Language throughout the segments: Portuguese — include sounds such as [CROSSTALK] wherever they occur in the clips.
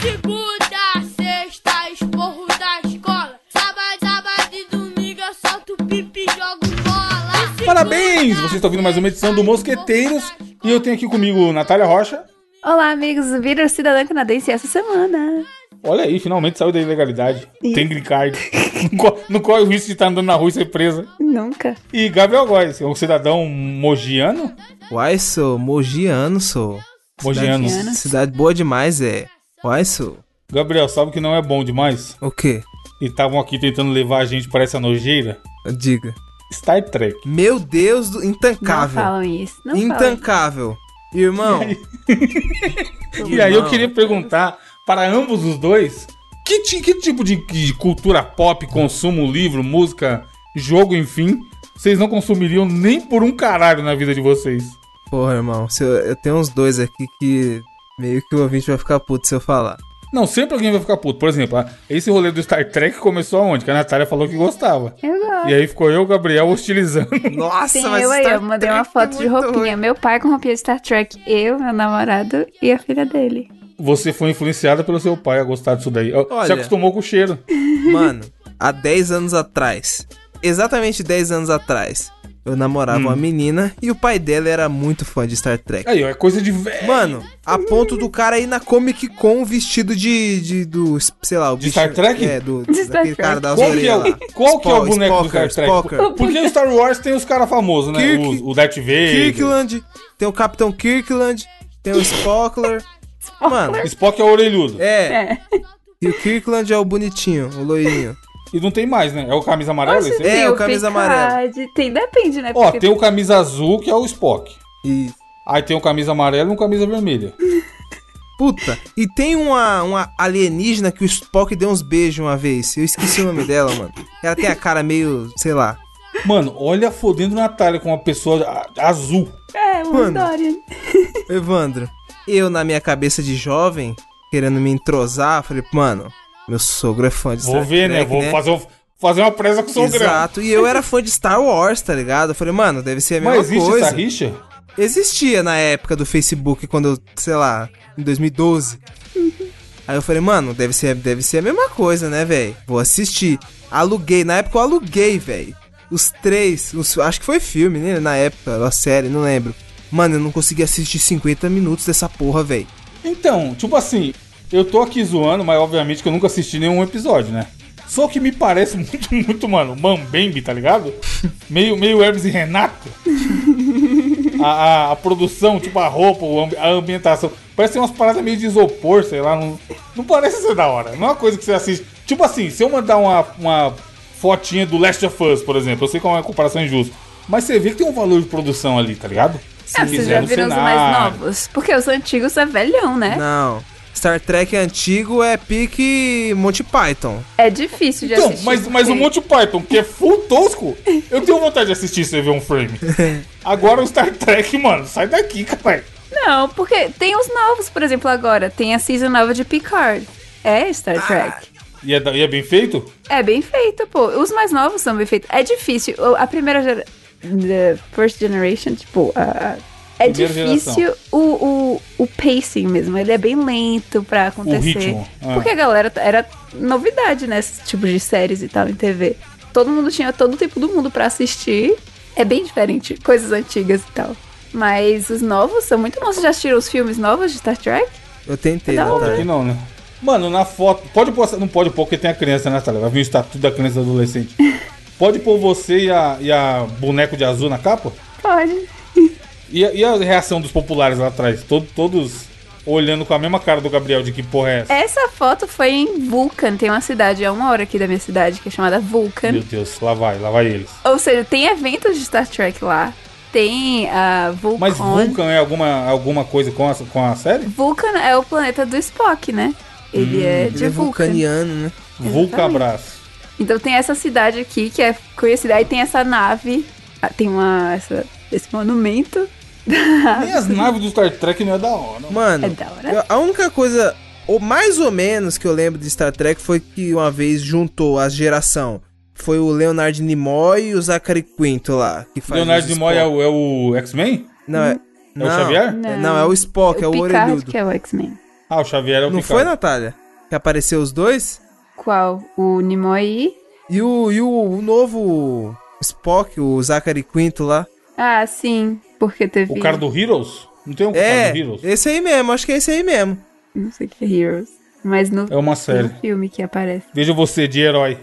Segunda, sexta, esporro da escola. Sábado, sábado e domingo eu solto pipi e jogo bola. Segunda, Parabéns! Vocês estão ouvindo mais uma edição do Mosqueteiros. E eu tenho aqui comigo Natália Rocha. Olá, amigos do Vira Cidadã Canadense essa semana. Olha aí, finalmente saiu da ilegalidade. Ih. Tem green card. [LAUGHS] não, co- não corre o risco de estar andando na rua e ser presa. Nunca. E Gabriel Góes, um cidadão mogiano? Uai, sou mogiano, sou. Mogiano. Mogiano. Cidade boa demais, é. Uai, sou. Gabriel, sabe que não é bom demais? O quê? E estavam aqui tentando levar a gente para essa nojeira? Diga. Star Trek. Meu Deus do... Não Intancável. falam isso. Não Então, falam. Intancável. Irmão, E aí eu Não. queria perguntar para ambos os dois que, ti- que tipo de, de cultura pop, consumo, livro, música, jogo, enfim, vocês não consumiriam nem por um caralho na vida de vocês. porra, irmão. se eu, eu tenho uns dois aqui que meio que o ouvinte vai ficar puto se [LAUGHS] eu falar. Não, sempre alguém vai ficar puto. Por exemplo, ah, esse rolê do Star Trek começou aonde? Que a Natália falou que gostava. Eu gosto. E aí ficou eu e o Gabriel hostilizando. [LAUGHS] Nossa, Sim, mas eu aí, Star eu mandei uma Trek é foto de muito roupinha. Meu pai com roupinha de Star Trek. Eu, meu namorado e a filha dele. Você foi influenciada pelo seu pai a gostar disso daí. Ó, Se Olha. acostumou com o cheiro. [LAUGHS] Mano, há 10 anos atrás, exatamente 10 anos atrás, eu namorava uma menina e o pai dela era muito fã de Star Trek. Aí, ó, é coisa de velho. Mano, a ponto do cara ir na Comic Con vestido de. de do. sei lá, o De Star Trek? É, do. De Star daquele Trek. cara das Qual que é, orelhas o- lá. qual que é o Spock- boneco Spocker, do Star Trek? Spocker. Porque o Star Wars tem os caras famosos, né? Kirk- Os- o Darth Vader. Kirkland, tem o Capitão Kirkland, tem o Spockler. Mano, Spock é o orelhudo. é. É. E o Kirkland é o bonitinho, o loirinho. E não tem mais, né? É o camisa amarela? esse aí? É, Tem o camisa amarela. Picard, Tem, depende, né? Ó, Porque tem o camisa azul, que é o Spock. E. Aí tem um camisa amarela e um camisa vermelha. Puta, e tem uma, uma alienígena que o Spock deu uns beijos uma vez. Eu esqueci o nome dela, mano. Ela tem a cara meio, sei lá. Mano, olha fodendo Natália com uma pessoa a- azul. um É, o Mano. Dorian. Evandro, eu na minha cabeça de jovem, querendo me entrosar, falei, mano, meu sogro é fã de Vou ver, né? Trek, Vou fazer, um- fazer uma presa com o sogrão. Exato, e eu era fã de Star Wars, tá ligado? Eu falei, mano, deve ser a mesma Mas existe coisa. essa rixa? Existia na época do Facebook, quando eu, sei lá, em 2012. Aí eu falei, mano, deve ser, deve ser a mesma coisa, né, velho? Vou assistir. Aluguei, na época eu aluguei, velho. Os três, os- acho que foi filme, né? Na época, a série, não lembro. Mano, eu não consegui assistir 50 minutos dessa porra, velho. Então, tipo assim, eu tô aqui zoando, mas obviamente que eu nunca assisti nenhum episódio, né? Só que me parece [LAUGHS] muito, muito, mano, Mambembe, tá ligado? Meio, meio Hermes e Renato. A, a- a produção, tipo a roupa, o ambi- a ambientação. Parece ter umas paradas meio de isopor, sei lá. Não, não parece ser da hora. Não é uma coisa que você assiste. Tipo assim, se eu mandar uma, uma fotinha do Last of Us, por exemplo, eu sei que é uma comparação injusta. Mas você vê que tem um valor de produção ali, tá ligado? Ah, vocês já Fizeram viram os mais cenário. novos? Porque os antigos é velhão, né? Não. Star Trek antigo é pique Monty Python. É difícil de Então, assistir. mas, mas o um porque- Monty Python, que é full tosco, eu tenho vontade de assistir se eu ver um [LAUGHS] frame. Agora o Star Trek, mano, sai daqui, cara. Não, porque tem os novos, por exemplo, agora. Tem a season nova de Picard. É Ah, Star Trek. E é, da- e é bem feito? É bem feito, pô. Os mais novos são bem feitos. É difícil. O- A primeira gera... The first generation, tipo... a- a- É Primeira difícil o, o, o pacing mesmo. Ele é bem lento pra acontecer. ritmo, ah. Porque a galera... t- Era novidade, né? Esse tipo de séries e tal em TV. Todo mundo tinha todo o tempo do mundo pra assistir. É bem diferente. Coisas antigas e tal. Mas os novos são muito bons. Vocês já assistiram os filmes novos de Star Trek? Eu tentei, É Da não, hora. tá? Óbvio que não, né? Mano, na foto. Pode pôr. essa- Não pode pôr porque tem a criança, né, Natália? Vai vir o estatuto da criança e [LAUGHS] adolescente. Pode pôr você e a, e a boneco de azul na capa? Pode. E, a- e a reação dos populares lá atrás? Todo- todos olhando com a mesma cara do Gabriel de que porra é essa? Essa foto foi em Vulcan, tem uma cidade, é uma hora aqui da minha cidade, que é chamada Vulcan. Meu Deus, lá vai, lá vai eles. Ou seja, tem eventos de Star Trek lá. Tem ah, a Vulcan. Mas Vulcan é alguma, alguma coisa com a, com a série? Vulcan é o planeta do Spock, né? Ele é de Ele é Vulcan. vulcaniano, né? Vulcabras. Então tem essa cidade aqui que é conhecida, aí tem essa nave, ah, tem uma, essa- esse monumento. [LAUGHS] Nem as naves do Star Trek não é da hora. Mano, É da hora. eu- a única coisa, ou mais ou menos, que eu lembro de Star Trek foi que uma vez juntou a geração. Foi o Leonard Nimoy e o Zachary Quinto lá. Que faz Leonardo os Nimoy é o, é o X-Men? Spock. Não, é, É o não, Xavier? é- Não, é o Spock, é o Picard, orelhudo. que é o X-Men. Ah, o Xavier é o Não Picard. foi, Natália? Que apareceu os dois? Qual? O Nimoy? E o, e o, o novo Spock, o Zachary Quinto lá. Ah, sim, porque teve. O cara do Heroes? Não tem um cara É, do Heroes? esse aí mesmo, acho que é esse aí mesmo. Não sei o que é Heroes. Mas no, É uma série. no um filme que aparece. Veja você de herói.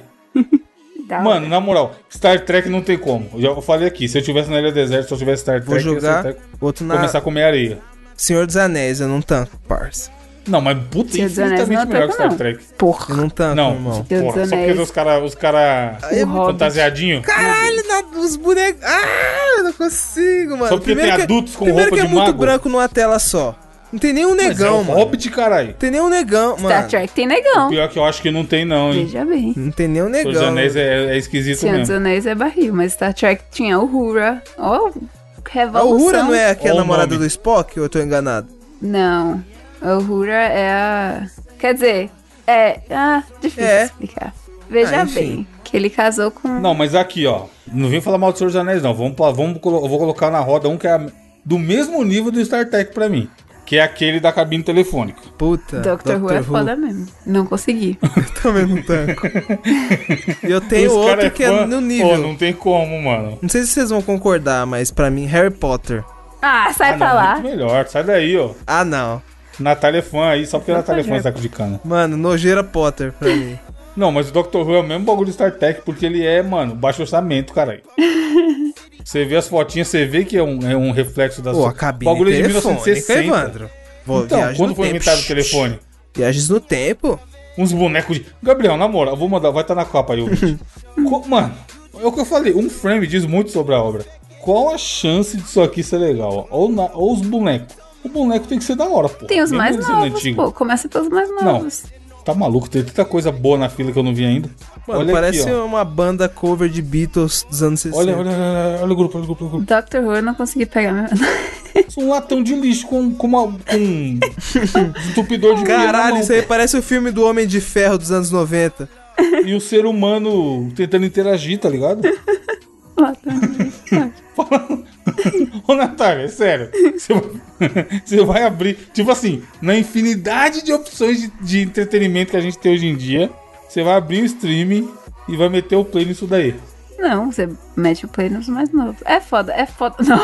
Da Mano, na moral, Star Trek não tem como. Eu já falei aqui, se eu tivesse na Ilha Deserta, se eu tivesse Star Trek, Vou eu ia jogar Star Trek, outro na começar a comer areia. Senhor dos Anéis, eu não tanco, parça. Não, mas puta, Senhor dos Anéis infinitamente não é melhor que tanto, Star não. Trek. Eu Porra. não tanco, Não, Senhor irmão. dos porra, só porque Anéis. os caras os cara é muito- fantasiadinho. Caralho, na, os bonecos. Ah, eu não consigo, mano. Só porque Primeiro tem que- adultos com Primeiro roupa que é de muito mago. branco numa tela só. Não tem nenhum Mas é negão, um mano. hobbit, caralho. Não tem nenhum negão, mano. Star Trek tem negão. Pior que eu acho que não tem, não, hein? Veja bem. Não tem nenhum Os negão. anéis é, é esquisito Senhor dos mesmo. Ah, Anéis é barril, mas Star Trek tinha o Hura. Ó, oh, A revolução. Uhura não é aquela Ó o namorada nome. do Spock, ou eu tô enganado? Não. O Hura é a. Quer dizer, é. Ah, difícil É. explicar. Veja Ah, enfim. bem, que ele casou com. Não, mas aqui, ó. Não vem falar mal do Senhor dos Anéis, não. Vamos, pra- vamos, colo- eu vou colocar na roda um que é a- do mesmo nível do Star Trek pra mim. Que é aquele da cabine telefônica. Puta. Doctor, Who é foda mesmo. Não consegui. [LAUGHS] [LAUGHS] Eu também não tanco. e eu tenho Os cara outro que é fã- no Pô, nível. não... não tem como, mano. sei se vocês vão concordar, mas pra mim, Harry Potter. Ah, sai Ah, pra não, lá. Muito melhor. Sai daí, ó. Ah, não. Natália é fã aí, só porque a Natália é fã Natália. saco de cana. Mano, nojeira Potter pra mim. Não, mas o Dr. Who é o mesmo bagulho do Star Trek, porque ele é, mano, baixo orçamento, [LAUGHS] caralho. Você vê as fotinhas, você vê que é um, é um reflexo das Pô, a cabine bagulho de telefônica, é 1960. Evandro. Vou, Então, viagem quando no foi tempo. inventado o telefone? Viagens no tempo? Uns bonecos de. Gabriel, na moral, eu vou mandar, vai estar na capa aí o [LAUGHS] vídeo. Co- Mano, é o que eu falei, um frame diz muito sobre a obra. Qual a chance disso aqui ser legal? ó? Ou, na- ou os bonecos. O boneco tem que ser da hora, pô. Tem os Mesmo assim, né, mais ele sendo novos, antigo. pô. Começa pelos mais novos. Tá maluco, tem tanta coisa boa na fila que eu não vi ainda. Mano, olha parece um- aqui, ó. uma banda cover de Beatles dos anos 60. Olha, olha, olha, olha o grupo, olha o grupo, olha o grupo. Doctor Who eu não consegui pegar meu. [LAUGHS] Isso é um latão de lixo com, com, uma, com um [LAUGHS] entupidor de pia na Caralho, mão, isso aí parece o filme do Homem de Ferro dos anos 90. pô. E o ser humano tentando interagir, tá ligado? Lá também. Ô, Natália, é sério. Você vai, [LAUGHS] você vai abrir. Tipo assim, na infinidade de opções de, de entretenimento que a gente tem hoje em dia, você vai abrir o streaming e vai meter o play nisso daí. Não, você mete o play nos mais novos. É foda, é foda. [LAUGHS] Não.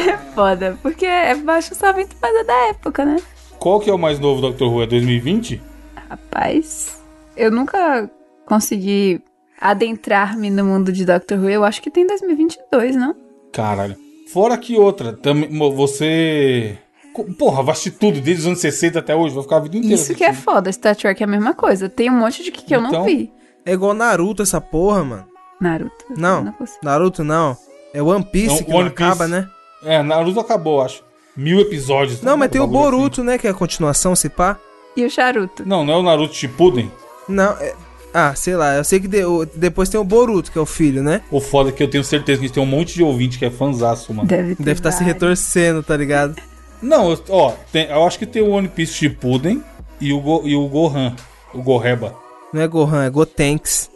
é foda, porque é baixo orçamento, mas é da época, né? Qual que é o mais novo do Dr. Who? É 2020? Rapaz, eu nunca consegui adentrar-me no mundo de Doctor Who. Eu acho que tem 2022, não? Caralho. Fora que outra, tam- mo- você. Co- Porra, vai assistir tudo, desde os anos 60 até hoje, vai ficar a vida inteira. Isso que é assistindo. foda. Star Trek é a mesma coisa. Tem um monte de que, que eu Então- não vi. É igual Naruto essa porra, mano. Naruto. Não. eu não é consigo. Naruto não. É One Piece Não, que One não acaba, Piece. né? É, Naruto acabou, acho. Mil episódios. Não, mas tem o bagulho Boruto, né? Que é a continuação, se pá. E o charuto? assim. Não, não é o Naruto Shippuden? Não, é... Ah, sei lá. Eu sei que de- o- depois tem o Boruto, que é o filho, né? O foda é que eu tenho certeza que a gente tem um monte de ouvinte que é fanzaço, mano. Deve, Deve estar se vários. retorcendo, tá ligado? Não, eu- ó, tem- eu acho que tem o One Piece Shippuden e o, Go- e o Gohan. O Gorreba. Não é Gohan, é Gotenks.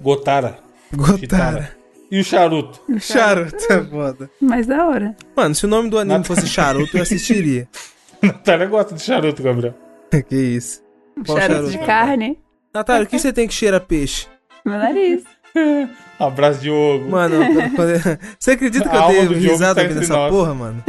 Gotara. Gotara. Chitara. E o Charuto. [LAUGHS] [LAUGHS] Charuto é foda. Mas da hora. Mano, se o nome do anime Nada. fosse Charuto, eu assistiria. [LAUGHS] Natália gosta de Charuto, Gabriel. que isso. Qual charuto, charuto? de carne. Natália, o que você tem que cheira peixe? Meu nariz. Abraço, Diogo. Mano, quando- você acredita que A eu alma dei do Diogo risada tá ouvindo entre essa nós. porra, mano?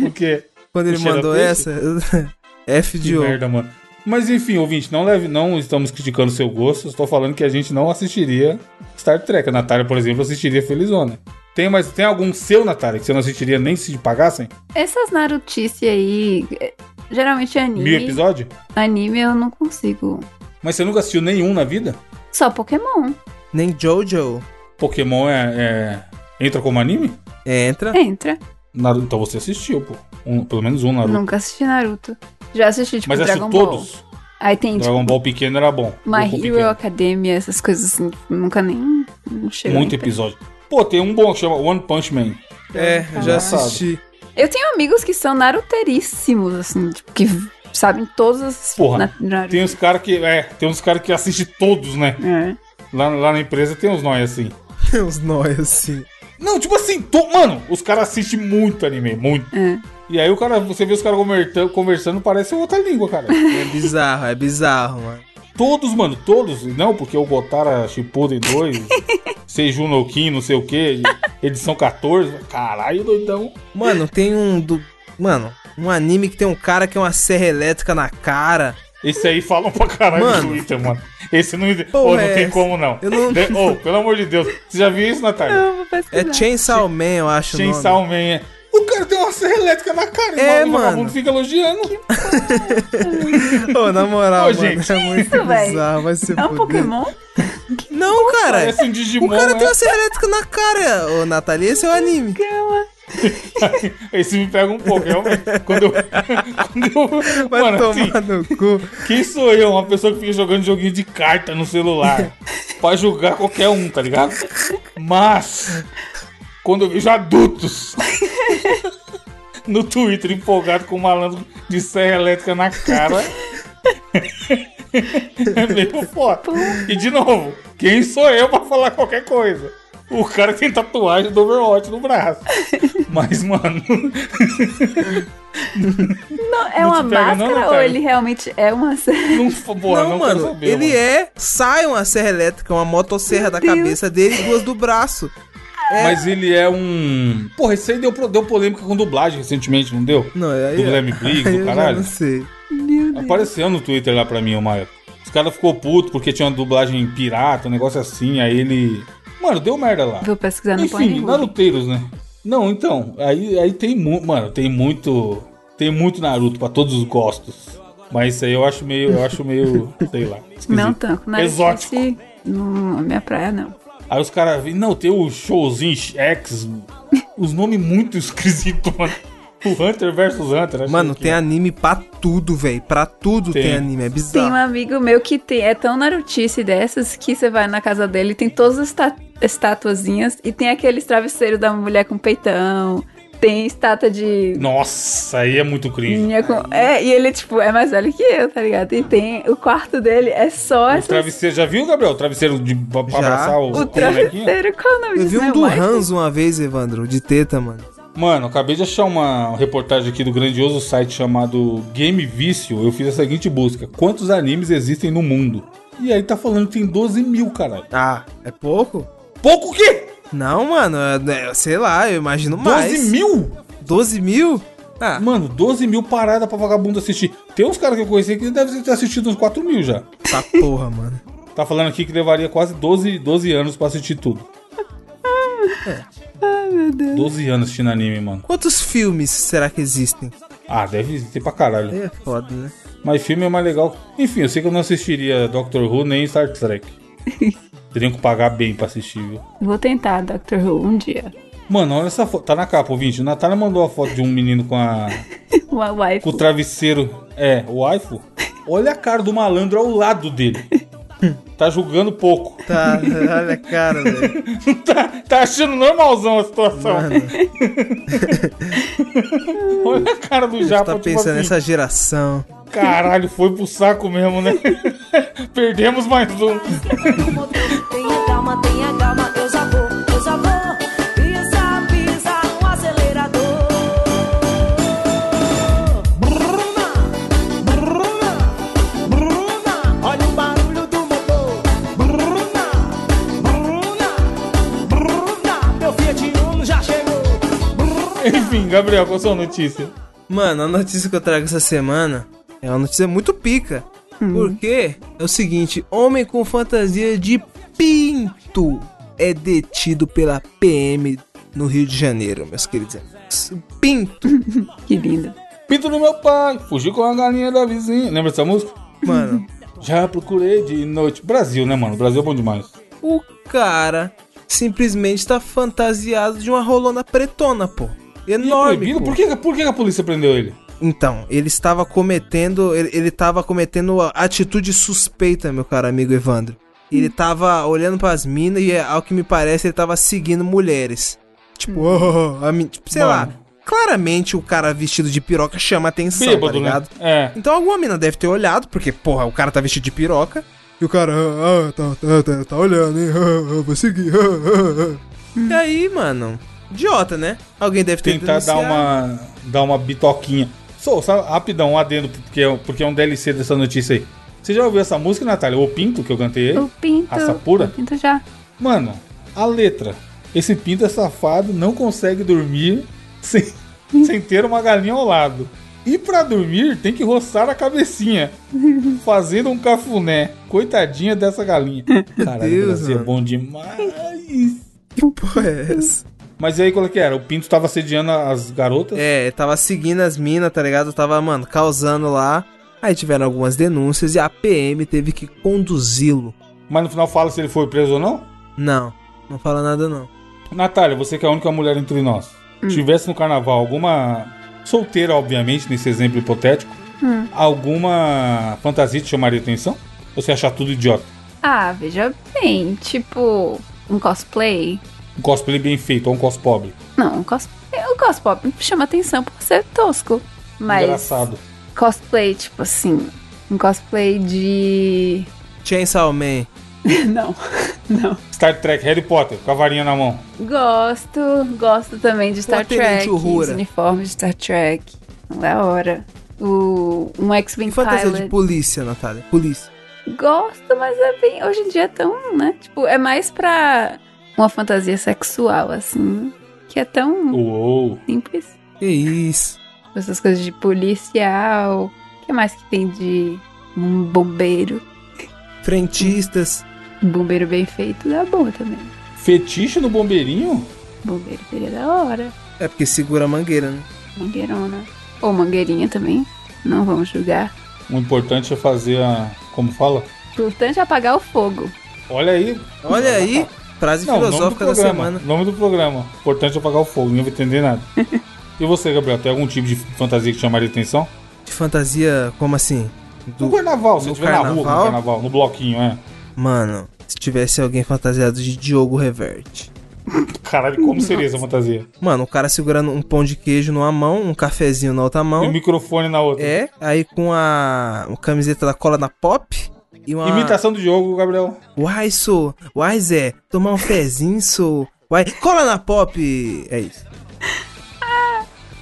Por quê? Quando ele Cheira mandou peixe? essa, eu- [LAUGHS] F Que de ouro. merda, mano. Mas enfim, ouvinte, não leve, não estamos criticando seu gosto, estou falando que a gente não assistiria Star Trek. A Natália, por exemplo, assistiria Felizona. Tem, mas tem algum seu, Natália, que você não assistiria nem se te pagassem? Essas narutice aí. é, Geralmente é anime. Mil episódios? Anime eu não consigo. Mas você nunca assistiu nenhum na vida? Só Pokémon. Nem Jojo. Pokémon é. é- entra como anime? É, Entra. Entra. Naruto, então você assistiu, pô. Um- pelo menos um Naruto. Nunca assisti Naruto. Já assisti, tipo, mas Dragon assistiu Ball. todos? Aí tem, tipo, Dragon Ball pequeno era bom. My Goku Hero pequeno. Academia, essas coisas assim, que nunca nem não chegou. Muito episódio. Pô, tem um bom que chama One Punch Man. É, eu já Engraçado. assisti. [LAUGHS] Eu tenho amigos que são naruteríssimos, assim, tipo, que sabem todas as... Porra, Naruto. Tem uns caras que. É, tem uns caras que assistem todos, né? É. Lá, lá na empresa tem uns nós assim. Tem uns nós assim. Não, tipo assim, to- mano, os caras assistem muito anime, muito. É. E aí o cara, você vê os caras conversa- conversando, parece outra língua, cara. É bizarro, é bizarro, mano. Todos, mano, todos. Não, porque o Gotara Shippuden 2, Seijun no Kin, não sei o que, edição 14. Caralho, doidão. Mano, tem um do. Mano, um anime que tem um cara que é uma serra elétrica na cara. Esse aí falam pra caralho Mano. no Twitter, mano. Esse não, Porra, Ô, não é tem essa? como, não. Eu não- [LAUGHS] De- Ô, pelo amor de Deus. Você já viu isso, Natália? Eu vou pesquisar. É Chainsaw Man, eu acho. o nome. Chainsaw Man. é- O cara tem uma serra elétrica na cara. É, e o vagabundo mano. fica elogiando. Ô, na moral, Ô, mano, gente, é muito isso, véi? bizarro, vai ser É né? um Pokémon? Não, cara. é? Parece um Digimon, O cara né? tem uma serra elétrica na cara. Ô, Natalia, esse é o anime. Gama. [LAUGHS] Esse me pega um pouco, realmente. Quando eu... [LAUGHS] Quando eu... Vai Mano, assim, tomar no cu. Quem sou eu? Uma pessoa que fica jogando joguinho de carta no celular. pra julgar qualquer um, tá ligado? Mas, quando eu vejo adultos no Twitter empolgado com um malandro de serra elétrica na cara, é meio foda. E de novo, quem sou eu pra falar qualquer coisa? O cara tem tatuagem do Overwatch no braço. Mas, mano, [LAUGHS] Não, é Não uma te pega, não, máscara ou Natália? ele realmente é uma [LAUGHS] serra? não, porra, não, não, quero mano, saber. ele mano. é. Sai uma serra elétrica, uma motosserra da Deus. cabeça dele e duas do braço. Mas ele é um. Porra, isso aí deu, pro- deu polêmica com dublagem recentemente, não deu? Não, é aí. Do Guilherme Briggs, aí do eu já caralho. Não sei. Meu Deus. Apareceu no Twitter lá pra mim, uma época. Os caras ficou puto porque tinha uma dublagem pirata, um negócio assim, aí ele. Mano, deu merda lá. Vou pesquisar no Enfim, Pornhub. Naruteiros, né? Não, então, aí, aí tem muito. Mano, tem muito. Tem muito Naruto pra todos os gostos. Mas isso aí eu acho meio. Eu acho [LAUGHS] meio. sei lá. esquisito. Não tanto. Naruto Exótico. em si, Não é minha praia, não. Aí os caras vêm, não, tem o showzinho X, os nomes muito [LAUGHS] esquisitos, mano. O Hunter vs Hunter. acho Mano, que- tem anime pra tudo, velho. Pra tudo tem. Tem. anime. Tem É um bizarro. amigo meu que tem, é tão narutice dessas que você vai na casa dele tem todas as esta- estatuazinhas e tem aqueles travesseiros da mulher com peitão, tem estátua de. Nossa, aí é muito cringe. minha com- É, e ele, tipo, é mais velho que eu, tá ligado? E tem. O quarto dele é só O essas- travesseiro, já viu, Gabriel? O travesseiro de, pra pra Já. abraçar o, O o bonequinho? travesseiro, qual é o nome Eu disso? vi um Meu do wife? Hanzo uma vez, Evandro, de teta, mano. Mano, acabei de achar uma reportagem aqui do grandioso site chamado Game Vício. Eu fiz a seguinte busca: Quantos animes existem no mundo? E aí tá falando que tem 12 mil, caralho. Ah, é pouco? Pouco o quê? Não, mano, é- é- sei lá, eu imagino 12 mais. mil? 12 mil? Ah, Mano, 12 mil parada pra vagabundo assistir. Tem uns caras que eu conheci que devem ter assistido uns 4 mil já. tá porra, mano. Tá falando aqui que levaria quase 12, 12 anos pra assistir tudo. [LAUGHS] Ai, meu Deus. 12 anos assistindo anime, mano. Quantos filmes será que existem? Ah, deve ter pra caralho. É foda, né? Mas filme é mais legal. Enfim, eu sei que eu não assistiria Doctor Who nem Star [LAUGHS] Trek. Teriam que pagar bem pra assistir, viu? Vou tentar, Dr. Who, um dia. [LAUGHS] Mano, olha essa foto. Tá na capa, ouvinte. O Natália mandou a foto de um menino com a. Uma wife. com o travesseiro. É, o iPhone. Olha a cara do malandro ao lado dele. Tá julgando [LAUGHS] pouco. Tá, olha a cara, velho. Tá, tá achando normalzão a situação. [LAUGHS] Olha a cara do Você Japa, tá tipo pensando assim, nessa geração. Caralho, foi pro saco mesmo, né? [LAUGHS] Perdemos mais um. Tenha calma, tenha calma, eu já vou, eu já vou. Pisa, pisa no acelerador. Bruna, Bruna, Bruna, olha o barulho do motor. Bruna, Bruna, Bruna, meu Fiat Uno já chegou. Enfim, Gabriel, qual a sua notícia? Mano, a notícia que eu trago essa semana é uma notícia muito pica. Hum. Porque é o seguinte: homem com fantasia de pinto é detido pela PM no Rio de Janeiro, meus queridos amigos. Pinto. Que lindo. Pinto do meu pai, fugiu com a galinha da vizinha. Lembra dessa música? Mano, Já procurei de noite. Brasil, né, mano? Brasil é bom demais. o cara simplesmente tá fantasiado de uma rolona pretona, pô. E é Enorme. proibido? pô. Por que, por que a polícia prendeu ele? Então, ele estava cometendo. Ele, ele estava cometendo uma atitude suspeita, meu caro amigo Evandro. Hum. Ele estava olhando pras minas e, é, ao que me parece, ele estava seguindo mulheres. Tipo, "Oh", a min- tipo, sei Hum. Mano. lá. Claramente o cara vestido de piroca chama atenção, tá Bêbado, né? ligado? É. Então alguma mina deve ter olhado, porque, porra, o cara tá vestido de piroca. E o cara, ah, ah, tá, tá, tá, tá olhando, hein? Ah, ah, vou seguir. ah, ah, ah. E aí, mano, idiota, né? Alguém deve ter Tentar dar denunciado. uma. dar uma bitoquinha. Só, só rapidão, um adendo, porque é, porque é um DLC dessa notícia aí. Você já ouviu essa música, Natália? O Pinto, que eu cantei? O pinto. Raça pura? O pinto já. Mano, a letra. Esse pinto é safado, não consegue dormir [LAUGHS] sem, sem ter uma galinha ao lado. E pra dormir, tem que roçar a cabecinha, [LAUGHS] fazendo um cafuné. Coitadinha dessa galinha. Caralho, Deus, Brasil, é mano. bom demais. [LAUGHS] Que porra é essa? Mas e aí, qual é que era? O Pinto tava sediando as garotas? É, tava seguindo as minas, tá ligado? Tava, mano, causando lá. Aí tiveram algumas denúncias e a PM teve que conduzi-lo. Mas no final fala se ele foi preso ou não? Não, não fala nada não. Natália, você que é a única mulher entre nós, tivesse no carnaval alguma. solteira, obviamente, nesse exemplo hipotético, alguma fantasia te chamaria atenção? Ou Você achar tudo idiota? Ah, veja bem, tipo, um cosplay. Um cosplay bem feito, ou um cos pobre. Não, um cosplay. O cosplay chama atenção por ser tosco. Mas Engraçado. cosplay, tipo assim, um cosplay de. [LAUGHS] Chainsaw Man. não, não. Star Trek, Harry Potter, com a varinha na mão. Gosto, gosto também Um de Star Tenente Trek. Uhura. Os uniformes de Star Trek. Da hora. O, um E X-Wing fantasia de Pilot. polícia, Natália? Polícia. Gosto, mas é bem. Hoje em dia é tão, né? Tipo, é mais pra uma fantasia sexual, assim. Que é tão Uou. simples. Que isso. Essas coisas de policial. O que mais que tem de um bombeiro? Frentistas. Um bombeiro bem feito dá bom também. Fetiche no bombeirinho? Bombeiro seria da hora. É porque segura a mangueira, né? Mangueirona. Ou mangueirinha também. Não vamos julgar. O importante é fazer a. Como fala? O importante é apagar o fogo. Olha aí. Olha aí, frase tá. Não, o nome do filosófica da programa, semana. Nome do programa. Importante é apagar o fogo, não vou entender nada. e você, Gabriel, tem algum tipo de fantasia que te chamaria atenção? De fantasia, como assim? No Do... carnaval, se no estiver na rua no carnaval? carnaval, no bloquinho, é. Mano, se tivesse alguém fantasiado de Diogo Reverte. Caralho, como seria essa fantasia? Mano, o cara segurando um pão de queijo numa mão, um cafezinho na outra E o mão. microfone na outra. É, aí com a, uma camiseta da cola na pop e uma. Imitação do Diogo, Gabriel. Uai, sou. Uai, Zé. Tomar um pezinho, sou. Uai, cola na pop. É isso.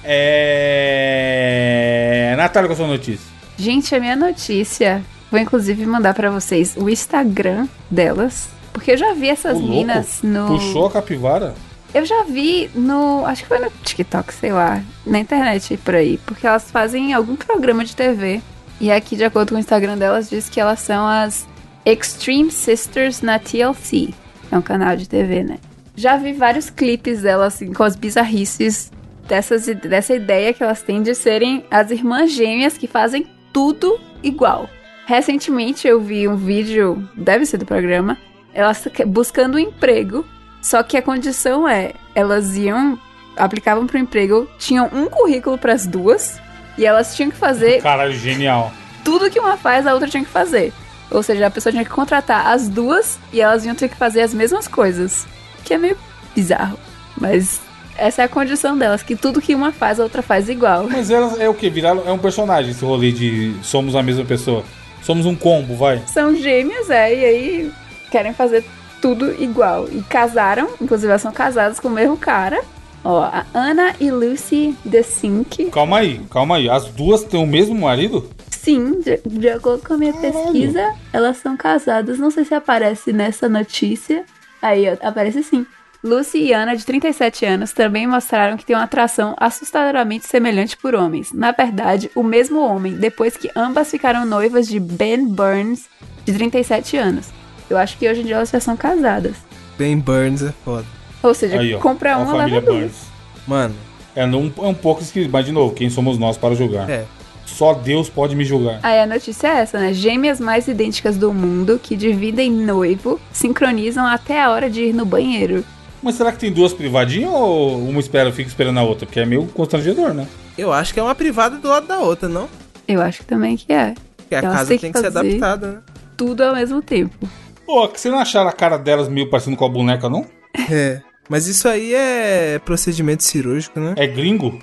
É. Natália, com a sua notícia. Gente, a minha notícia. Vou inclusive mandar pra vocês o Instagram delas. Porque eu já vi essas Ô, louco. minas no. Puxou a capivara? Eu já vi no. Acho que foi no TikTok, sei lá. Na internet por aí. Porque elas fazem algum programa de TV. E aqui, de acordo com o Instagram delas, diz que elas são as Extreme Sisters na TLC. É um canal de TV, né? Já vi vários clipes delas, assim, com as bizarrices dessas, i- dessa ideia que elas têm de serem as irmãs gêmeas que fazem tudo igual. Recentemente eu vi um vídeo, deve ser do programa, elas que- buscando um emprego só que a condição é, elas iam, aplicavam pro emprego, tinham um currículo pras duas e elas tinham que fazer Caralho, genial. tudo que uma faz, a outra tinha que fazer. Ou seja, a pessoa tinha que contratar as duas e elas iam ter que fazer as mesmas coisas. Que é meio bizarro, mas essa é a condição delas, que tudo que uma faz, a outra faz igual. [LAUGHS] Mas elas é o que? Viraram. É um personagem esse rolê de somos a mesma pessoa. Somos um combo, vai. São gêmeas, é, e aí querem fazer tudo igual. E casaram, inclusive elas são casadas com o mesmo cara. Ó, a Ana e Lucy The Sink Calma aí, calma aí. As duas têm o mesmo marido? Sim, de, de acordo com a minha Caralho. pesquisa, elas são casadas. Não sei se aparece nessa notícia. Aí, ó, aparece sim. Lucy e Ana, de 37 anos, também mostraram que têm uma atração assustadoramente semelhante por homens. Na verdade, o mesmo homem, depois que ambas ficaram noivas de Ben Burns, de 37 anos. Eu acho que hoje em dia elas já são casadas. Ben Burns é foda. Ou seja, Aí, ó. Ó compra a uma, família leva duas. Burns. Mano, É um, é um pouco esquisito, mas de novo, quem somos nós para julgar? é. Só Deus pode me julgar. Aí a notícia é essa, né? Gêmeas mais idênticas do mundo que dividem noivo sincronizam até a hora de ir no banheiro. Mas será que tem duas privadinhas ou uma espera, fica esperando a outra? Porque é meio constrangedor, né? Eu acho que é uma privada do lado da outra, não? Eu acho que também que é. Porque a Elas casa têm tem que que ser fazer. adaptada, né? Tudo ao mesmo tempo. Pô, é que você não acharam a cara delas meio parecendo com a boneca, não? É. Mas isso aí é procedimento cirúrgico, né? É gringo?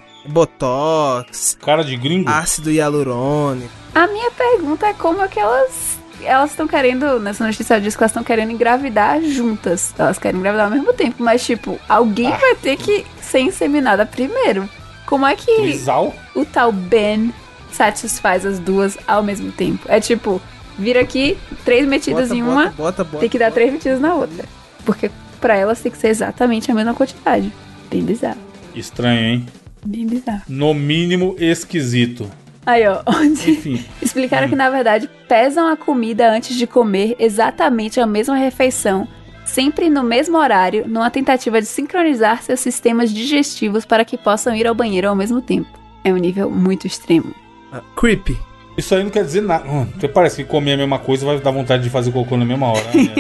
Botox, Cara de gringo? ácido hialurônico. A minha pergunta é como é que elas... Elas estão querendo, nessa notícia diz que elas estão querendo engravidar juntas. Ah. Elas querem engravidar ao mesmo tempo, mas tipo, alguém vai ter que ser inseminada primeiro. Como é que Trisal? o tal Ben satisfaz as duas ao mesmo tempo? É tipo, vira aqui, três metidas Bota, em bota, uma, bota, bota, tem que dar três metidas na outra. Porque pra elas tem que ser exatamente a mesma quantidade. Bem bizarro. Estranho, hein? Bem bizarro. No mínimo esquisito. Aí, ó, [LAUGHS] onde Enfim. explicaram que na verdade pesam a comida antes de comer exatamente a mesma refeição, sempre no mesmo horário, numa tentativa de sincronizar seus sistemas digestivos para que possam ir ao banheiro ao mesmo tempo. É um nível muito extremo. Ah, creepy. Isso aí não quer dizer nada. Hum, Até parece que comer a mesma coisa vai dar vontade de fazer cocô na mesma hora. né?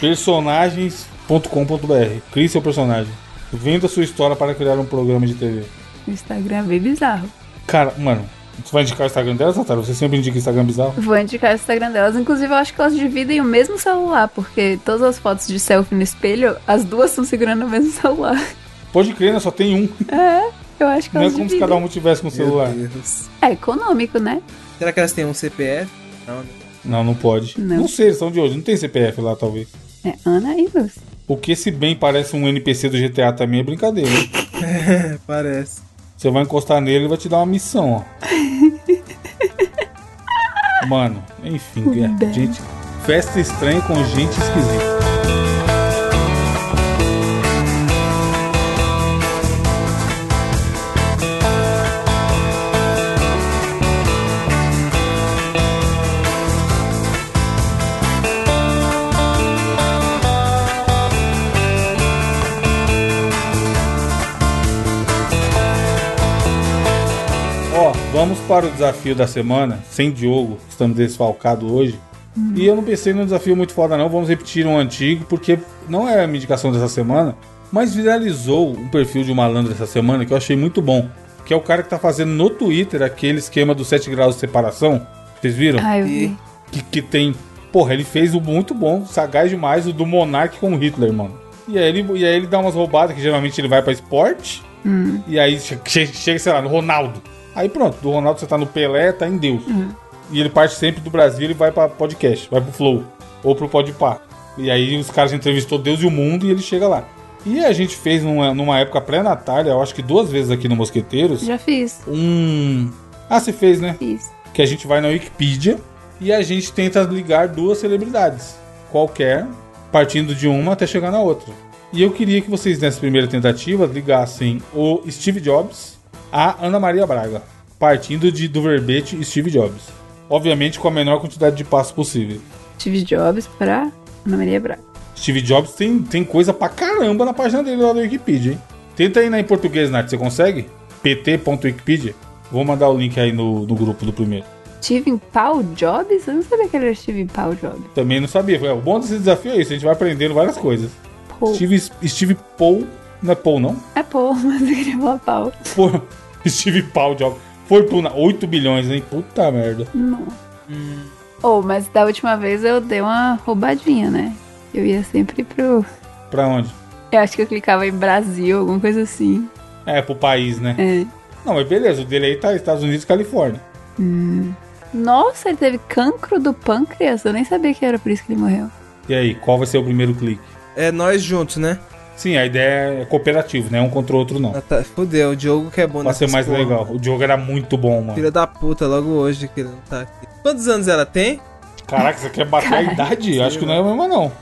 Personagens.com.br. Crie seu personagem. Venda sua história para criar um programa de TV. O Instagram é bem bizarro. Cara, mano, você vai indicar o Instagram delas, Natália? Você sempre indica o Instagram bizarro? Vou indicar o Instagram delas. Inclusive, eu acho que elas dividem o mesmo celular, porque todas as fotos de selfie no espelho, as duas estão segurando o mesmo celular. [LAUGHS] Pode crer, né? Só tem um. Eu acho que Não é como elas se dividem. cada um tivesse com o celular. Meu Deus. É econômico, né? Será que elas têm um CPF? Não, né? Não, não pode. Não. Não sei, eles são de hoje. Não tem CPF lá, talvez. É Ana e Lúcia. O que se bem parece um NPC do GTA também é brincadeira. hein? É, parece. Você vai encostar nele e vai te dar uma missão, ó. Mano, enfim, é, gente. Festa estranha com gente esquisita. Ó, vamos para o desafio da semana, sem Diogo, que estamos desfalcados hoje. E eu não pensei num desafio muito foda, não. Vamos repetir um antigo, porque não é a minha indicação dessa semana, mas viralizou um perfil de um malandro essa semana que eu achei muito bom. Que é o cara que tá fazendo no Twitter aquele esquema dos 7 graus de separação. Vocês viram? Ah, eu E- vi. que, que tem. Porra, ele fez o muito bom, sagaz demais, o do Monark com o Hitler, mano. E aí ele, e aí ele dá umas roubadas, que geralmente ele vai pra esporte. E aí che- che- chega, sei lá, no Ronaldo. Aí pronto, do Ronaldo você tá no Pelé, tá em Deus. E ele parte sempre do Brasil e vai pra podcast, vai pro Flow. Ou pro Podpah. E aí os caras entrevistou Deus e o Mundo e ele chega lá. E a gente fez numa, numa época pré-natália, eu acho que duas vezes aqui no Mosqueteiros, Já fiz. um... Ah, você fez, né? Fiz. que a gente vai na Wikipedia e a gente tenta ligar duas celebridades, qualquer, partindo de uma até chegar na outra. E eu queria que vocês nessa primeira tentativa ligassem o Steve Jobs à Ana Maria Braga, partindo de do verbete Steve Jobs. Obviamente com a menor quantidade de passos possível. Tive jobs pra Ana Maria Braga. Steve Jobs tem, tem coisa pra caramba na página dele lá da Wikipedia, hein? Tenta aí na em português, Nath, você consegue? pt.wikipedia. Vou mandar o link aí no, no grupo do primeiro. Steven Paul Jobs? Eu não sabia que ele era Steven Paul Jobs. Também não sabia. Falei, "Ah, O bom desse desafio é isso, a gente vai aprendendo várias coisas. Paul. Steve, Steve Paul. Não é Paul, não? É Paul, [LAUGHS] mas eu queria falar Paul. Foi- [LAUGHS] Steve Paul de algo. Fortuna, 8 bilhões, hein? Puta merda. Não. Hum. Oh, mas da última vez eu dei uma roubadinha, né? Eu ia sempre pro. Pra onde? Eu acho que eu clicava em Brasil, alguma coisa assim. É, pro país, né? [LAUGHS] É. Não, mas beleza, o dele aí tá Estados Unidos e Califórnia. Nossa, ele teve cancro do pâncreas. Eu nem sabia que era por isso que ele morreu. E aí, qual vai ser o primeiro clique? É nós juntos, né? Sim, a ideia é cooperativo, né? Um contra o outro, não. Ah, tá. Fudeu, o Diogo que é bom Pra ser nessas mais porra. legal. O Diogo era muito bom, mano. Filha da puta, logo hoje que ele não tá aqui. Quantos anos ela tem? Caraca, você quer bater a idade? Eu Acho que não é a mesma, não.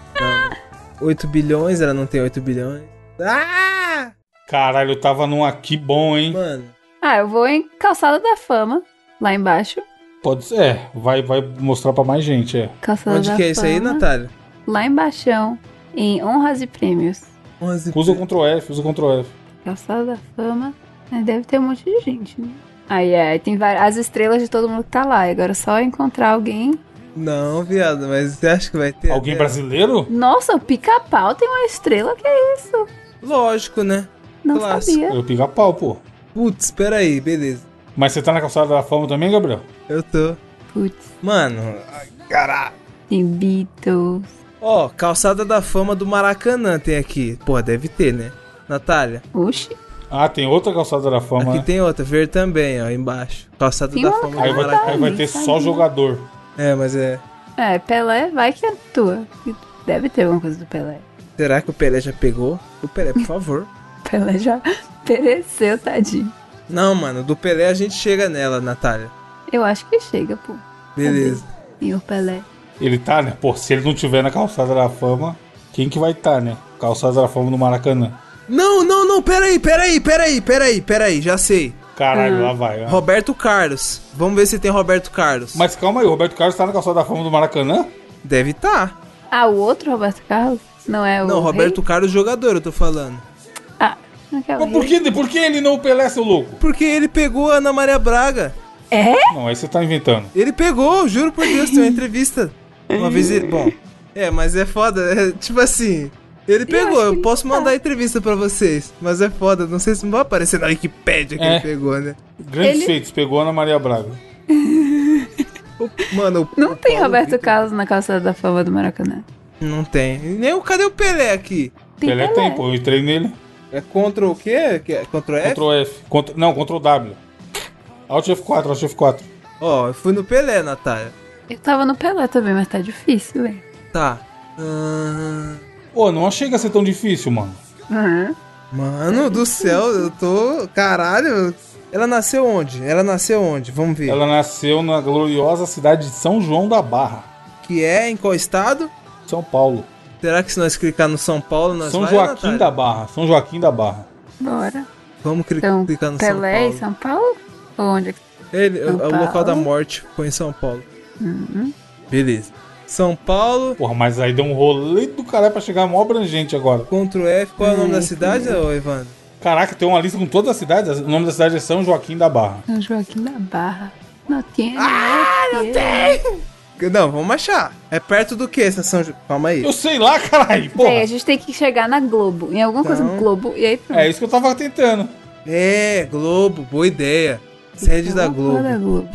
8 bilhões, ela não tem 8 bilhões. Ah! Caralho, eu tava num aqui bom, hein? Mano, Ah, eu vou em Calçada da Fama, lá embaixo. Pode ser. É, vai, vai mostrar pra mais gente, é. Calçada onde da que é isso aí, Fama, Natália? Lá embaixo, em Honras e Prêmios. 11 Usa o Ctrl F, usa o Ctrl F. Calçada da Fama, né, deve ter um monte de gente, né? Aí é, tem várias, as estrelas de todo mundo que tá lá. E Agora é só encontrar alguém. Não, viado, mas você acha que vai ter? Alguém É. brasileiro? Nossa, o pica-pau tem uma estrela, que é isso? Lógico, né? Não Clássico. sabia. Eu pico a pau, pô. Putz, peraí, beleza. Mas você tá na calçada da fama também, Gabriel? Eu tô. Putz, Mano, ai, caralho. tem Beatles. Ó, calçada da fama do Maracanã tem aqui. Pô, deve ter, né? Natália, Oxi, Ah, tem outra calçada da fama, aqui né? tem outra, ver também, ó, embaixo. Calçada Tem da uma fama Aí do vai, Maracanã. aí vai ter só jogador. É, mas é. É, Pelé, vai que é tua. Deve ter alguma coisa do Pelé. Será que o Pelé já pegou? O Pelé, por favor. Pelé já [LAUGHS] pereceu, tadinho. Não, mano, do Pelé a gente chega nela, Natália. Eu acho que chega, pô. Beleza. Senhor Pelé. Ele tá, né? Pô, se ele não tiver na calçada da fama, quem que vai tá, né? Calçada da fama no Maracanã. Não, não, não, peraí, peraí, peraí, peraí, peraí, já sei. Caralho, lá vai. ó. Roberto Carlos. Vamos ver se tem Roberto Carlos. Tá. Mas calma aí, o Roberto Carlos tá na calçada da fama do Maracanã? Deve tá. Ah, o outro Roberto Carlos? Não é o. Não, Roberto rei? Carlos jogador, eu tô falando. Ah, não é que é o Mas por rei? que, por que ele não o Pelé, seu louco? Porque ele pegou a Ana Maria Braga. É? Não, aí você tá inventando. Ele pegou, juro por [LAUGHS] Deus, tem uma entrevista. Uma vez ele. Bom, é, mas é foda. é, tipo assim, ele pegou, acho eu, que ele posso tá. mandar a entrevista pra vocês. Mas é foda, não sei se não vai aparecer na Wikipédia que É. ele pegou, né? Grandes Ele- feitos, pegou a Ana Maria Braga. O- mano, o- Não o tem Paulo Roberto Vitor- Carlos na calçada da fama do Maracanã. Não tem. Nem o cadê o Pelé aqui? Tem Pelé, tem, pô, eu entrei nele. É contra o quê? Que é- Contra o F? Ctrl F. Ctrl- não, Ctrl W. Alt F4, Alt F4. Ó, eu fui no Pelé, Natália. Eu tava no Pelé também, mas tá difícil, velho. Tá. Ahn, Pô, não chega a ser tão difícil, mano. Uhum. mano do céu, eu tô. Caralho. Ela nasceu onde? Ela nasceu onde? Vamos ver. Ela nasceu na gloriosa cidade de São João da Barra, Que é em qual estado? São Paulo. Será que se nós clicar no São Paulo, nós São vai, Joaquim Natália? da Barra, São Joaquim da Barra. Bora. Vamos cli- Então, clicar no Pelé São Paulo. em São Paulo? Ou onde é que. Ele, São é o local Paulo. Uhum. da morte foi em São Paulo. Beleza. São Paulo Porra, mas aí deu um rolê do caralho pra chegar mó abrangente agora. contra o F. Qual é o nome Uhum. da cidade, ô Evandro? Caraca, tem uma lista com todas as cidades. O nome da cidade é São Joaquim da Barra. São um Joaquim da Barra. Não tem. Ah, não tem! Não, vamos achar. É perto do que essa São Ju... Calma aí. Eu sei lá, [LAUGHS] caralho, Véi, porra. É, a gente tem que chegar na Globo, em alguma coisa Então. no Globo, e aí pronto. É isso que eu tava tentando. É, Globo, boa ideia. Sede da Alguma coisa Globo. Globo.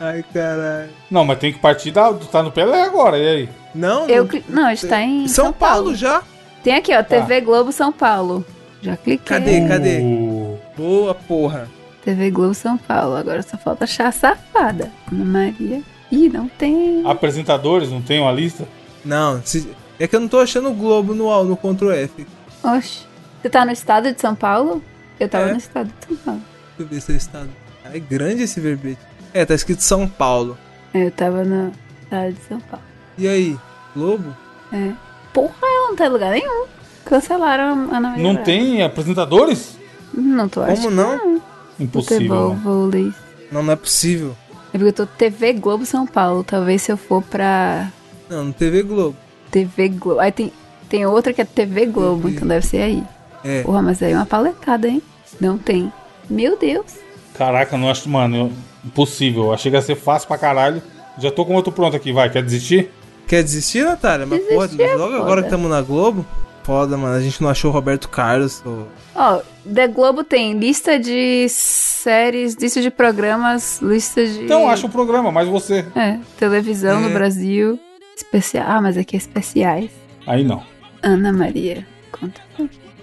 Ai, caralho. Não, mas tem que partir da. do- Tá no Pelé agora, e aí? Não, Eu não- cli- Não, a gente tá em. São, Paulo, já? Ah. Tem aqui, ó, TV Globo São Paulo. Já cliquei. Cadê? Cadê? O- Boa porra. TV Globo São Paulo. Agora só falta achar a safada. Ana Maria. Ih, não tem. Apresentadores, não tem uma lista? Não, se- é que eu não tô achando o Globo no, no Ctrl F. Oxe. Você tá no estado de São Paulo? Eu tava É. no estado de São Paulo. Deixa eu ver se é o estado. Ah, É grande esse verbete. É, tá escrito São Paulo. É, Eu tava no estado de São Paulo. E aí, Globo? É. Porra, ela não tá em lugar nenhum. Cancelaram a Ana Maria. Não Braga. tem apresentadores? Não tô Como achando. não? Impossível. Futebol, né? vôlei. Não, não é possível. É porque eu tô TV Globo São Paulo. Talvez se eu for pra Não, no TV Globo. TV Globo. Aí tem, tem outra que é TV Globo, Entendi. então deve ser aí. É. Porra, mas aí é uma paletada, hein? Não tem. Meu Deus. Caraca, não acho, mano, eu- impossível. Eu achei que ia ser fácil pra caralho. Já tô com outro pronto aqui, vai. Quer desistir? Quer desistir, Natália? Mas Desistir pode, é logo foda. agora que tamo na Globo. Foda, mano. A gente não achou o Roberto Carlos. ô. Ó, The Globo tem lista de séries, lista de programas, lista de. Então, acha o programa, mas você. É, televisão É. no Brasil. Especial. Ah, mas aqui é especiais. Aí não. Ana Maria. Conta.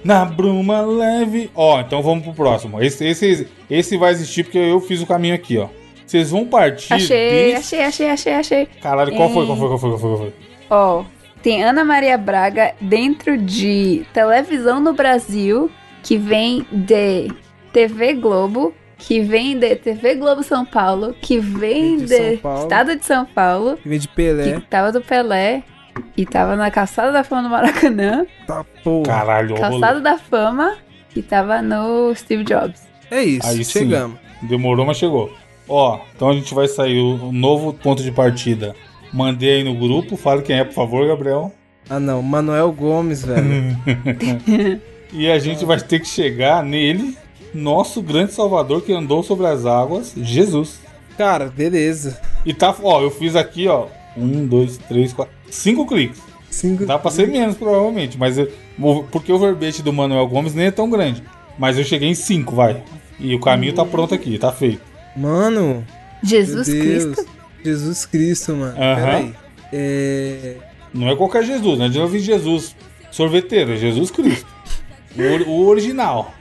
Na bruma leve. Ó, então vamos pro próximo. Esse, esse, esse vai existir porque eu fiz o caminho aqui, ó. Vocês vão partir. Achei, de- achei, achei, achei, achei. Caralho, qual foi, qual foi, qual foi, qual foi, qual foi? Ó, tem Ana Maria Braga dentro de televisão no Brasil, que vem de TV Globo, que vem de TV Globo São Paulo, que vem Vem de de, São Paulo. É. Estado de São Paulo, Em vez de Pelé. que tava do Pelé e tava na Calçada da Fama do Maracanã, Tá porra. Caralho, ó, Calçada rolou. da Fama, que tava no Steve Jobs. É isso. Aí sim. chegamos. Demorou, mas chegou. Ó, então a gente vai sair o o novo ponto de partida. Mandei aí no grupo, fale quem é, por favor, Gabriel. Ah, não. Manuel Gomes, [LAUGHS] velho. E a gente vai ter que chegar nele, nosso grande salvador que andou sobre as águas, Jesus. Cara, beleza. E tá, ó, eu fiz aqui, ó, um, dois, três, quatro, cinco cliques. Cinco... Dá pra ser menos, provavelmente, mas eu, o- porque o verbete do Manuel Gomes nem é tão grande. Mas eu cheguei em cinco, vai. E o caminho tá pronto aqui, tá feito. Mano, Jesus meu Deus. Cristo. Jesus Cristo, mano. Aham. Peraí. É... Não é qualquer Jesus, não adianta vir Jesus sorveteiro, é Jesus Cristo. O, or- o original.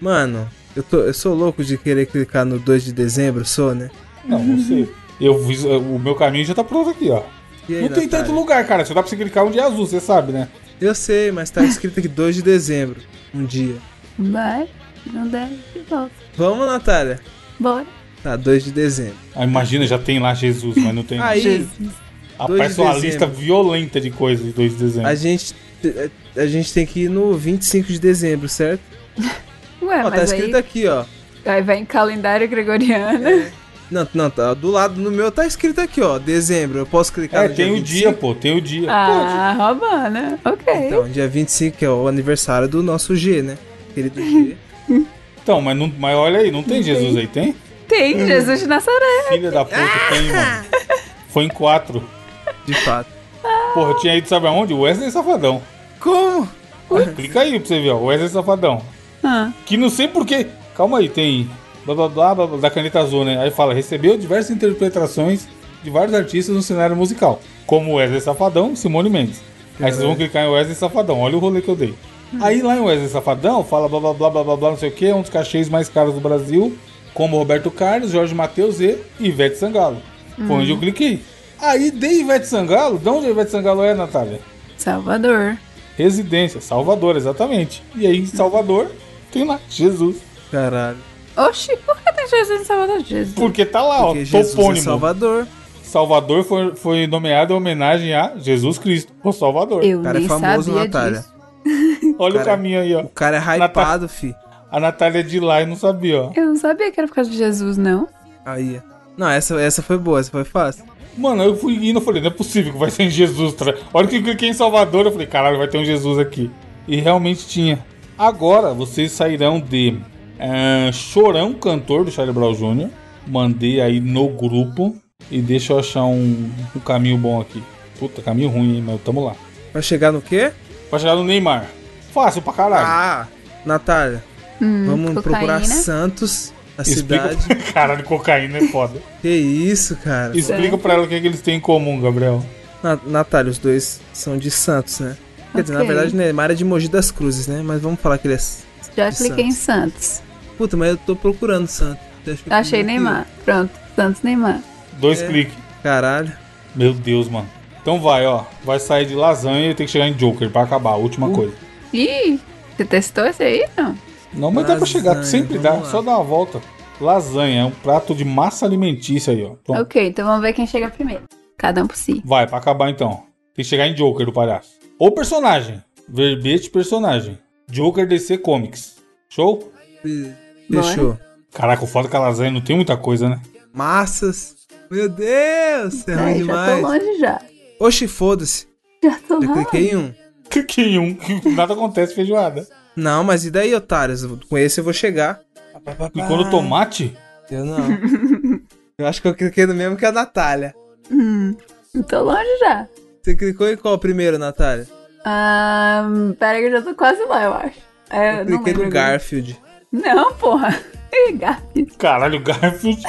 Mano, eu, tô, eu sou louco de querer clicar no 2 de dezembro, sou, né? Não, não sei. Eu fiz, o meu caminho já tá pronto aqui, ó. E aí, Não tem Natália? tanto lugar, cara. Só dá pra você clicar onde é azul, você sabe, né? Eu sei, mas tá escrito aqui 2 de dezembro. Um dia. Vai. não der, de volta. Vamos, Natália? Bora. Tá, 2 de dezembro. Ah, imagina, já tem lá Jesus, mas não tem. [LAUGHS] Aí, dois Aparece de uma dezembro. lista violenta de coisas de 2 de dezembro. a gente, a gente tem que ir no 25 de dezembro, certo? Ué, ó, tá mas aí, escrito aqui, ó. aí vai em calendário gregoriano. Não, não, tá. Do lado no meu tá escrito aqui, ó. Dezembro. Eu posso clicar É, no tem o 25? dia, pô, tem o dia. Ah, rouba, né? Ok. Então, dia 25, que é o aniversário do nosso G, né? Querido G. Então, mas, não, mas olha aí, não tem Jesus aí, tem? Tem Hum. Jesus de Nazaré. Filha da puta, tem, mano. Foi em quatro. De fato. Porra, eu tinha ido, sabe aonde? Wesley Safadão. Como? Clica aí pra você ver, ó. Wesley Safadão. Ah, Que não sei porquê. Calma aí, tem. Blá blá blá, blá, blá, da caneta azul, né? Aí fala: recebeu diversas interpretações de vários artistas no cenário musical, como Wesley Safadão Simone Mendes. Aí vocês vão clicar em Wesley Safadão, olha o rolê que eu dei. Aí lá em Wesley Safadão, fala blá blá blá blá blá, blá não sei o que, um dos cachês mais caros do Brasil, como Roberto Carlos, Jorge Matheus e Ivete Sangalo. Foi onde eu cliquei. Aí dei Ivete Sangalo, de onde a Ivete Sangalo é, Natália? Salvador. Residência, Salvador, exatamente. E aí em Salvador tem lá Jesus. Caralho. Oxi, por que tem Jesus em Salvador? Jesus. Porque tá lá, Porque ó, Jesus é topônimo. Salvador. Salvador foi, foi nomeado em homenagem a Jesus Cristo, o Salvador. Eu O cara é nem famoso, sabia Natália. disso. Olha cara. o caminho aí, ó. O cara é hypado, fi. A Natália de lá e não sabia, ó. Eu não sabia que era por causa de Jesus, não. Aí. Não, essa, essa foi boa, essa foi fácil. Mano, eu fui indo, eu falei, não é possível que vai ser em Jesus. Tra... A hora que eu cliquei em Salvador, eu falei, caralho, vai ter um Jesus aqui. E realmente tinha. Agora, vocês sairão de ah, Chorão Cantor, do Charlie Brown Jr. Mandei aí no grupo. E deixa eu achar um, um caminho bom aqui. Puta, caminho ruim, hein, mas tamo lá. Pra chegar no quê? Pra chegar no Neymar. Fácil pra caralho. Ah, Natália. Vamos Hum, cocaína. procurar Santos, a Explica cidade. pra... [LAUGHS] Caralho, cocaína é foda. Que isso, cara. Explica pra ela o que, é que eles têm em comum, Gabriel. Na, Natália, os dois são de Santos, né? Quer dizer, na Ok. verdade, Neymar é de Mogi das Cruzes, né? Mas vamos falar que ele é. Já De cliquei em Santos. Puta, mas eu tô procurando Santos. Acho que eu Achei tô Neymar. Pronto, Santos Neymar. Dois É. cliques. aqui. Caralho. Meu Deus, mano. Então vai, ó. Vai sair de lasanha e tem que chegar em Joker pra acabar. Uh, Última coisa. Ih, você testou esse aí? Não. Não, mas dá pra Lasanha, chegar. Sempre dá. vamos lá. Só dá uma volta. Lasanha é um prato de massa alimentícia aí, ó. Pronto. Ok, então vamos ver quem chega primeiro. Cada um por si. Vai, pra acabar então. Tem que chegar em Joker do palhaço. Ou personagem. Verbete personagem. Joker DC Comics. Show? Fe- Fechou. Caraca, o foda é que a lasanha não tem muita coisa, né? [LAUGHS] Massas. Meu Deus, é ruim Ai, já tô demais. longe já. Oxi, foda-se. Já tô Já longe. cliquei em um. Cliquei em um. que Nada acontece, feijoada. Não, mas e daí, otários? Com esse eu vou chegar. Clicou no tomate? Eu não. eu acho que eu cliquei no mesmo que a Natália. Hum, tô longe já. Você clicou em qual primeiro, Natália? Ah, pera que eu já tô quase lá, eu acho. É, Eu não cliquei lembro no agora. Garfield. Não, porra. [LAUGHS] Ih, Garfield. Caralho, Garfield.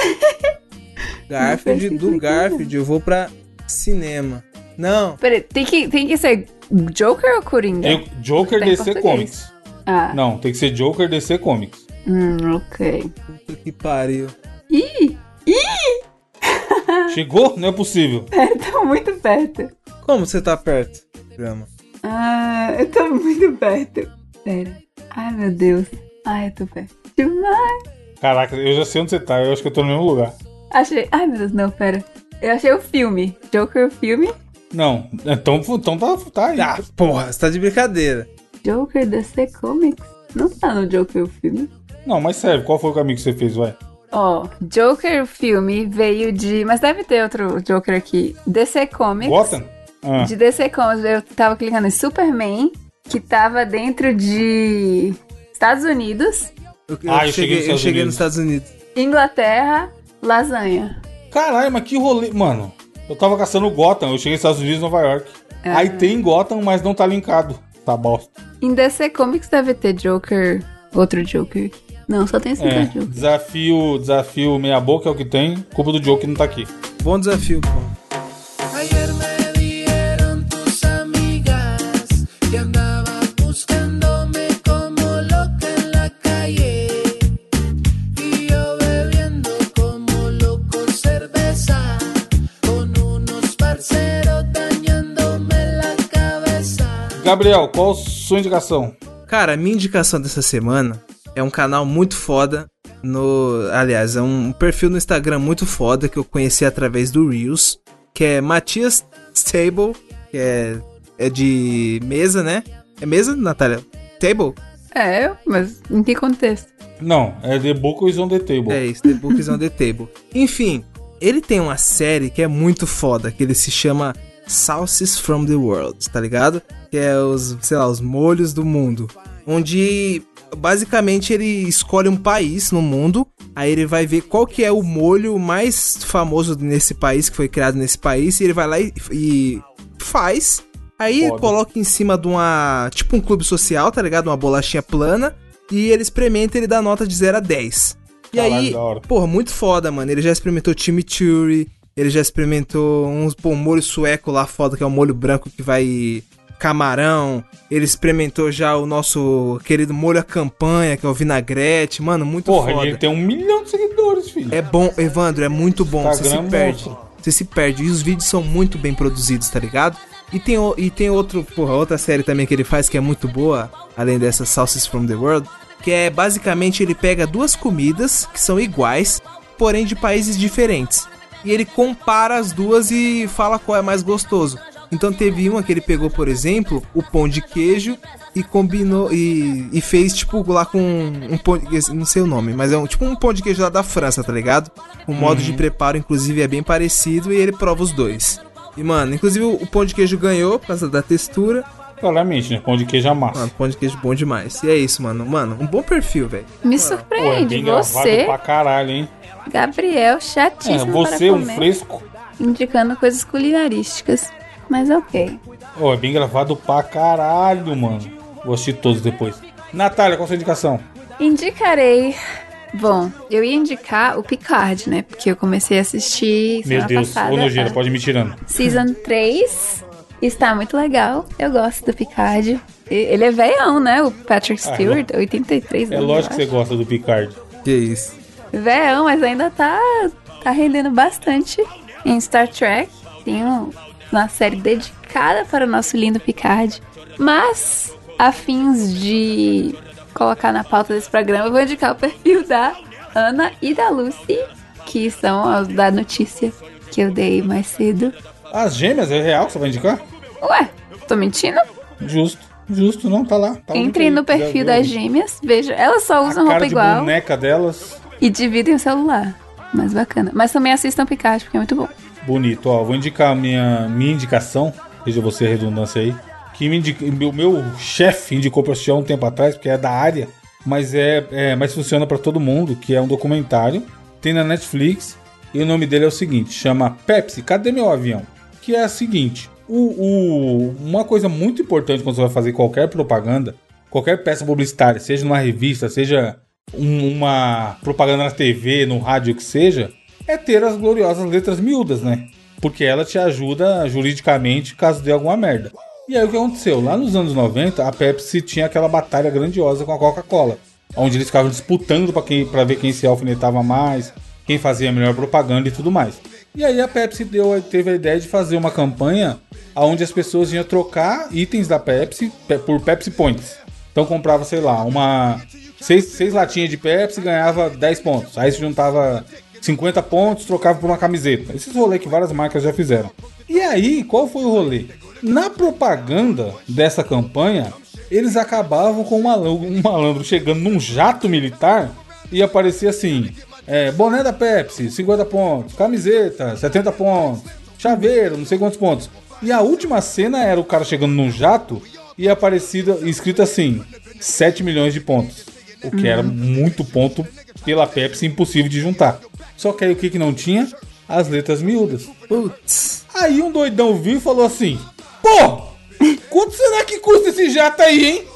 Garfield, Não sei se do cliquei, Garfield, eu vou pra cinema. Não, Peraí, tem que, tem que ser Joker ou Coringa? Tem o Joker Tá em DC português. Comics. Ah, Não, tem que ser Joker DC Comics. hum, ok. puta que pariu. Ih, [LAUGHS] Chegou? Não é possível. eu tô tá muito perto. Como você tá perto? Grama. Ah, eu tô muito perto. Pera. Ai, meu Deus. Ai, eu tô perto. Demais. Caraca, eu já sei onde você tá. Eu acho que eu tô no mesmo lugar. Achei. Ai, meu Deus, não, pera. Eu achei o filme. Joker, o filme. Não, então, então tá, tá aí. Ah, porra, você tá de brincadeira. Joker DC Comics. Não tá no Joker, o filme. Não, mas sério, qual foi o caminho que você fez, vai? Ó, Joker, o filme veio de. Mas deve ter outro Joker aqui. DC Comics. Gotham? Ah, De DC Comics, eu tava clicando em Superman, que tava dentro de Estados Unidos, Eu, Ah, eu cheguei nos eu Estados cheguei Unidos. nos Estados Unidos. Inglaterra, lasanha. Caralho, mas que rolê. Mano, eu tava caçando Gotham. Eu cheguei nos Estados Unidos, Nova York. Aí tem Gotham, mas não tá linkado. Tá bosta. Em DC Comics deve ter Joker, outro Joker. Não, só tem esse É, é. Joker. desafio, desafio meia boca é o que tem. Culpa do Joker que não tá aqui. Bom desafio, pô. Ayer me dieron tus amigas que andabas buscándome como loca en la calle y yo bebiendo como loco cerveza con unos parceros dañándome la cabeza. Gabriel, qual sua indicação? Cara, minha indicação dessa semana é É um canal muito foda. No, aliás, é um perfil no Instagram muito foda que eu conheci através do Reels, que é Matias Table, que é, é de mesa, né? É mesa, Natália? Table? É, mas em que contexto? Não, é The Book is on the Table. É isso, The Book is on the Table. Enfim, ele tem uma série que é muito foda, que ele se chama Sauces from the World, tá ligado? Que é os, sei lá, os molhos do mundo. Onde basicamente ele escolhe um país no mundo, aí ele vai ver qual que é o molho mais famoso nesse país, que foi criado nesse país, e ele vai lá e, e faz. Aí Foda. coloca em cima de uma. Tipo um clube social, tá ligado? Uma bolachinha plana. E ele experimenta e ele dá nota de 0 a 10. E Caralho, aí, da hora. porra, muito foda, mano. Ele já experimentou chimichurri, ele já experimentou uns pô, um molho sueco lá foda, que é um molho branco que vai camarão. Ele experimentou já o nosso querido molho à campanha, que é o vinagrete. Mano, muito Porra, foda. ele tem um milhão de seguidores, filho. É bom, Evandro, é muito bom. Você se Instagram é perde. monstro. Você se perde. E os vídeos são muito bem produzidos, tá ligado? E tem, o- e tem outro, porra, outra série também que ele faz que é muito boa, além dessa Sauces from the World, que é basicamente ele pega duas comidas que são iguais, porém de países diferentes. E ele compara as duas e fala qual é mais gostoso. Então teve uma que ele pegou, por exemplo, o pão de queijo e combinou e, e fez tipo lá com um pão, de queijo, não sei o nome, mas é um tipo um pão de queijo lá da França, tá ligado? O modo Uhum. de preparo inclusive é bem parecido e ele prova os dois. E mano, inclusive o o pão de queijo ganhou por causa da textura. Claramente, né? Pão de queijo à massa. Mano, pão de queijo bom demais. E é isso, mano. Mano, um bom perfil, velho. Me Pô, é bem surpreende, gravado você, pra caralho, hein? Gabriel, É, chatíssimo você, para um comer, fresco. indicando coisas culinarísticas. Mas ok. Ó, é bem gravado pra caralho, mano. Vou assistir todos depois. Natália, qual a sua indicação? Indicarei. Bom, eu ia indicar o Picard, né? Porque eu comecei a assistir semana Meu Deus, é passada. né? ô nojeira, a pode ir me tirando. Season 3 está muito legal. Eu gosto do Picard. E- Ele é velhão, né? O Patrick Ah, é Stewart, 83 É anos, lógico que eu você gosta do Picard. Que isso. Véão, mas ainda tá, tá rendendo bastante em Star Trek. Tem um- uma série dedicada para o nosso lindo Picard. Mas, a fins de colocar na pauta desse programa, eu vou indicar o perfil da Ana e da Lucy, que são as da notícia que eu dei mais cedo. As gêmeas, é real que você vai indicar? Ué, tô mentindo? Justo, justo, não, tá lá. Tá Entrem no perfil das gêmeas, veja. Elas só A usam cara roupa de igual boneca delas, e dividem o celular. Mas bacana. Mas também assistam Picard, porque é muito bom. bonito. Ó, vou indicar a minha, minha indicação, veja você a redundância aí, que me indica, o meu chefe indicou pra assistir há um tempo atrás, porque é da área, mas é, é mas funciona pra todo mundo, que é um documentário, tem na Netflix, e o nome dele é o seguinte, chama Pepsi, cadê meu avião? Que é a seguinte, o- o- uma coisa muito importante quando você vai fazer qualquer propaganda, qualquer peça publicitária, seja numa revista, seja um- uma propaganda na TV, no rádio, o que seja, é ter as gloriosas letras miúdas, né? Porque ela te ajuda juridicamente caso dê alguma merda. E aí o que aconteceu? Lá nos anos 90, a Pepsi tinha aquela batalha grandiosa com a Coca-Cola, onde eles ficavam disputando pra quem para ver quem se alfinetava mais, quem fazia a melhor propaganda e tudo mais. E aí a Pepsi deu, teve a ideia de fazer uma campanha onde as pessoas iam trocar itens da Pepsi pe- por Pepsi Points. Então comprava, sei lá, uma. Seis, seis latinhas de Pepsi e ganhava 10 pontos. Aí se juntava 50 pontos, trocava por uma camiseta. Esses rolês que várias marcas já fizeram. E aí, qual foi o rolê? Na propaganda dessa campanha, eles acabavam com um malandro, um malandro chegando num jato militar e aparecia assim: é, boné da Pepsi, 50 pontos, camiseta, 70 pontos, chaveiro, não sei quantos pontos. E a última cena era o cara chegando num jato e aparecida escrito assim: 7 milhões de pontos. O que era muito ponto pela Pepsi, impossível de juntar. Só que aí o que, que não tinha? As letras miúdas. Putz. Aí um doidão viu e falou assim: Pô, quanto será que custa esse jato aí, hein?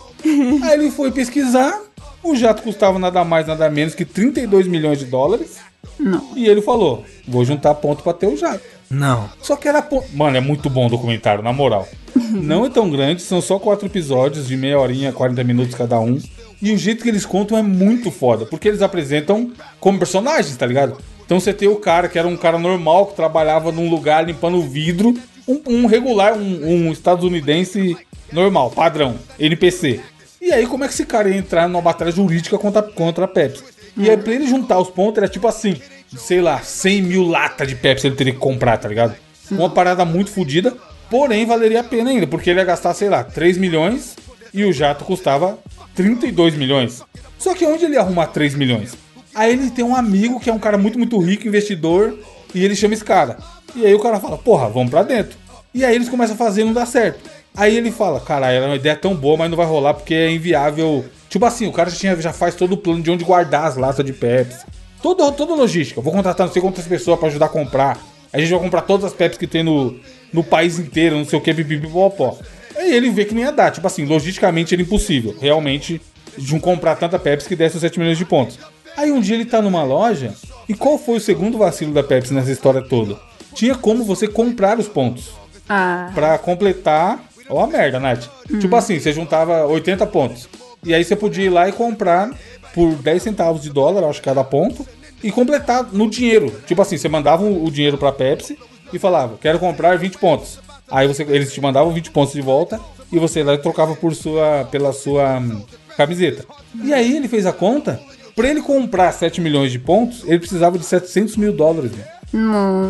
Aí ele foi pesquisar. O jato custava nada mais, nada menos que 32 milhões de dólares. Não. E ele falou: Vou juntar ponto pra ter o jato. Não. Só que era. po- Mano, é muito bom o documentário, na [LAUGHS] moral. Não é tão grande, são só quatro episódios de meia horinha, 40 minutos cada um. E o jeito que eles contam é muito foda, porque eles apresentam como personagens, tá ligado? Então você tem o cara que era um cara normal, que trabalhava num lugar limpando vidro, um, um regular, um, um estadunidense normal, padrão, NPC. E aí, como é que esse cara ia entrar numa batalha jurídica contra, contra a Pepsi? E aí, pra ele juntar os pontos, era tipo assim, sei lá, 100 mil latas de Pepsi ele teria que comprar, tá ligado? Uma parada muito fodida, porém valeria a pena ainda, porque ele ia gastar, sei lá, 3 milhões e o jato custava 32 milhões. Só que onde ele ia arrumar 3 milhões? Aí ele tem um amigo que é um cara muito, muito rico, investidor, e ele chama esse cara. E aí o cara fala, porra, vamos pra dentro. E aí eles começam a fazer e não dá certo. Aí ele fala, caralho, era uma ideia tão boa, mas não vai rolar porque é inviável. Tipo assim, o cara já, tinha, já faz todo o plano de onde guardar as latas de Pepsi. Todo, toda a logística. Vou contratar não sei quantas pessoas pra ajudar a comprar. A gente vai comprar todas as Pepsi que tem no, no país inteiro, não sei o que, pipipipopó. Aí ele vê que nem ia dar. Tipo assim, logisticamente era impossível. Realmente, de um comprar tanta Pepsi que desse os 7 milhões de pontos. Aí um dia ele tá numa loja. E qual foi o segundo vacilo da Pepsi nessa história toda? Tinha como você comprar os pontos. Ah, Pra completar. Ó, a merda, Nath. Tipo assim, você juntava 80 pontos. E aí você podia ir lá e comprar por 10 centavos de dólar, acho, cada ponto. E completar no dinheiro. Tipo assim, você mandava o dinheiro pra Pepsi e falava, quero comprar 20 pontos. Aí você, eles te mandavam 20 pontos de volta e você ia lá e trocava por sua, pela sua hum, camiseta. E aí ele fez a conta. Pra ele comprar 7 milhões de pontos, ele precisava de 700 mil dólares, né? velho.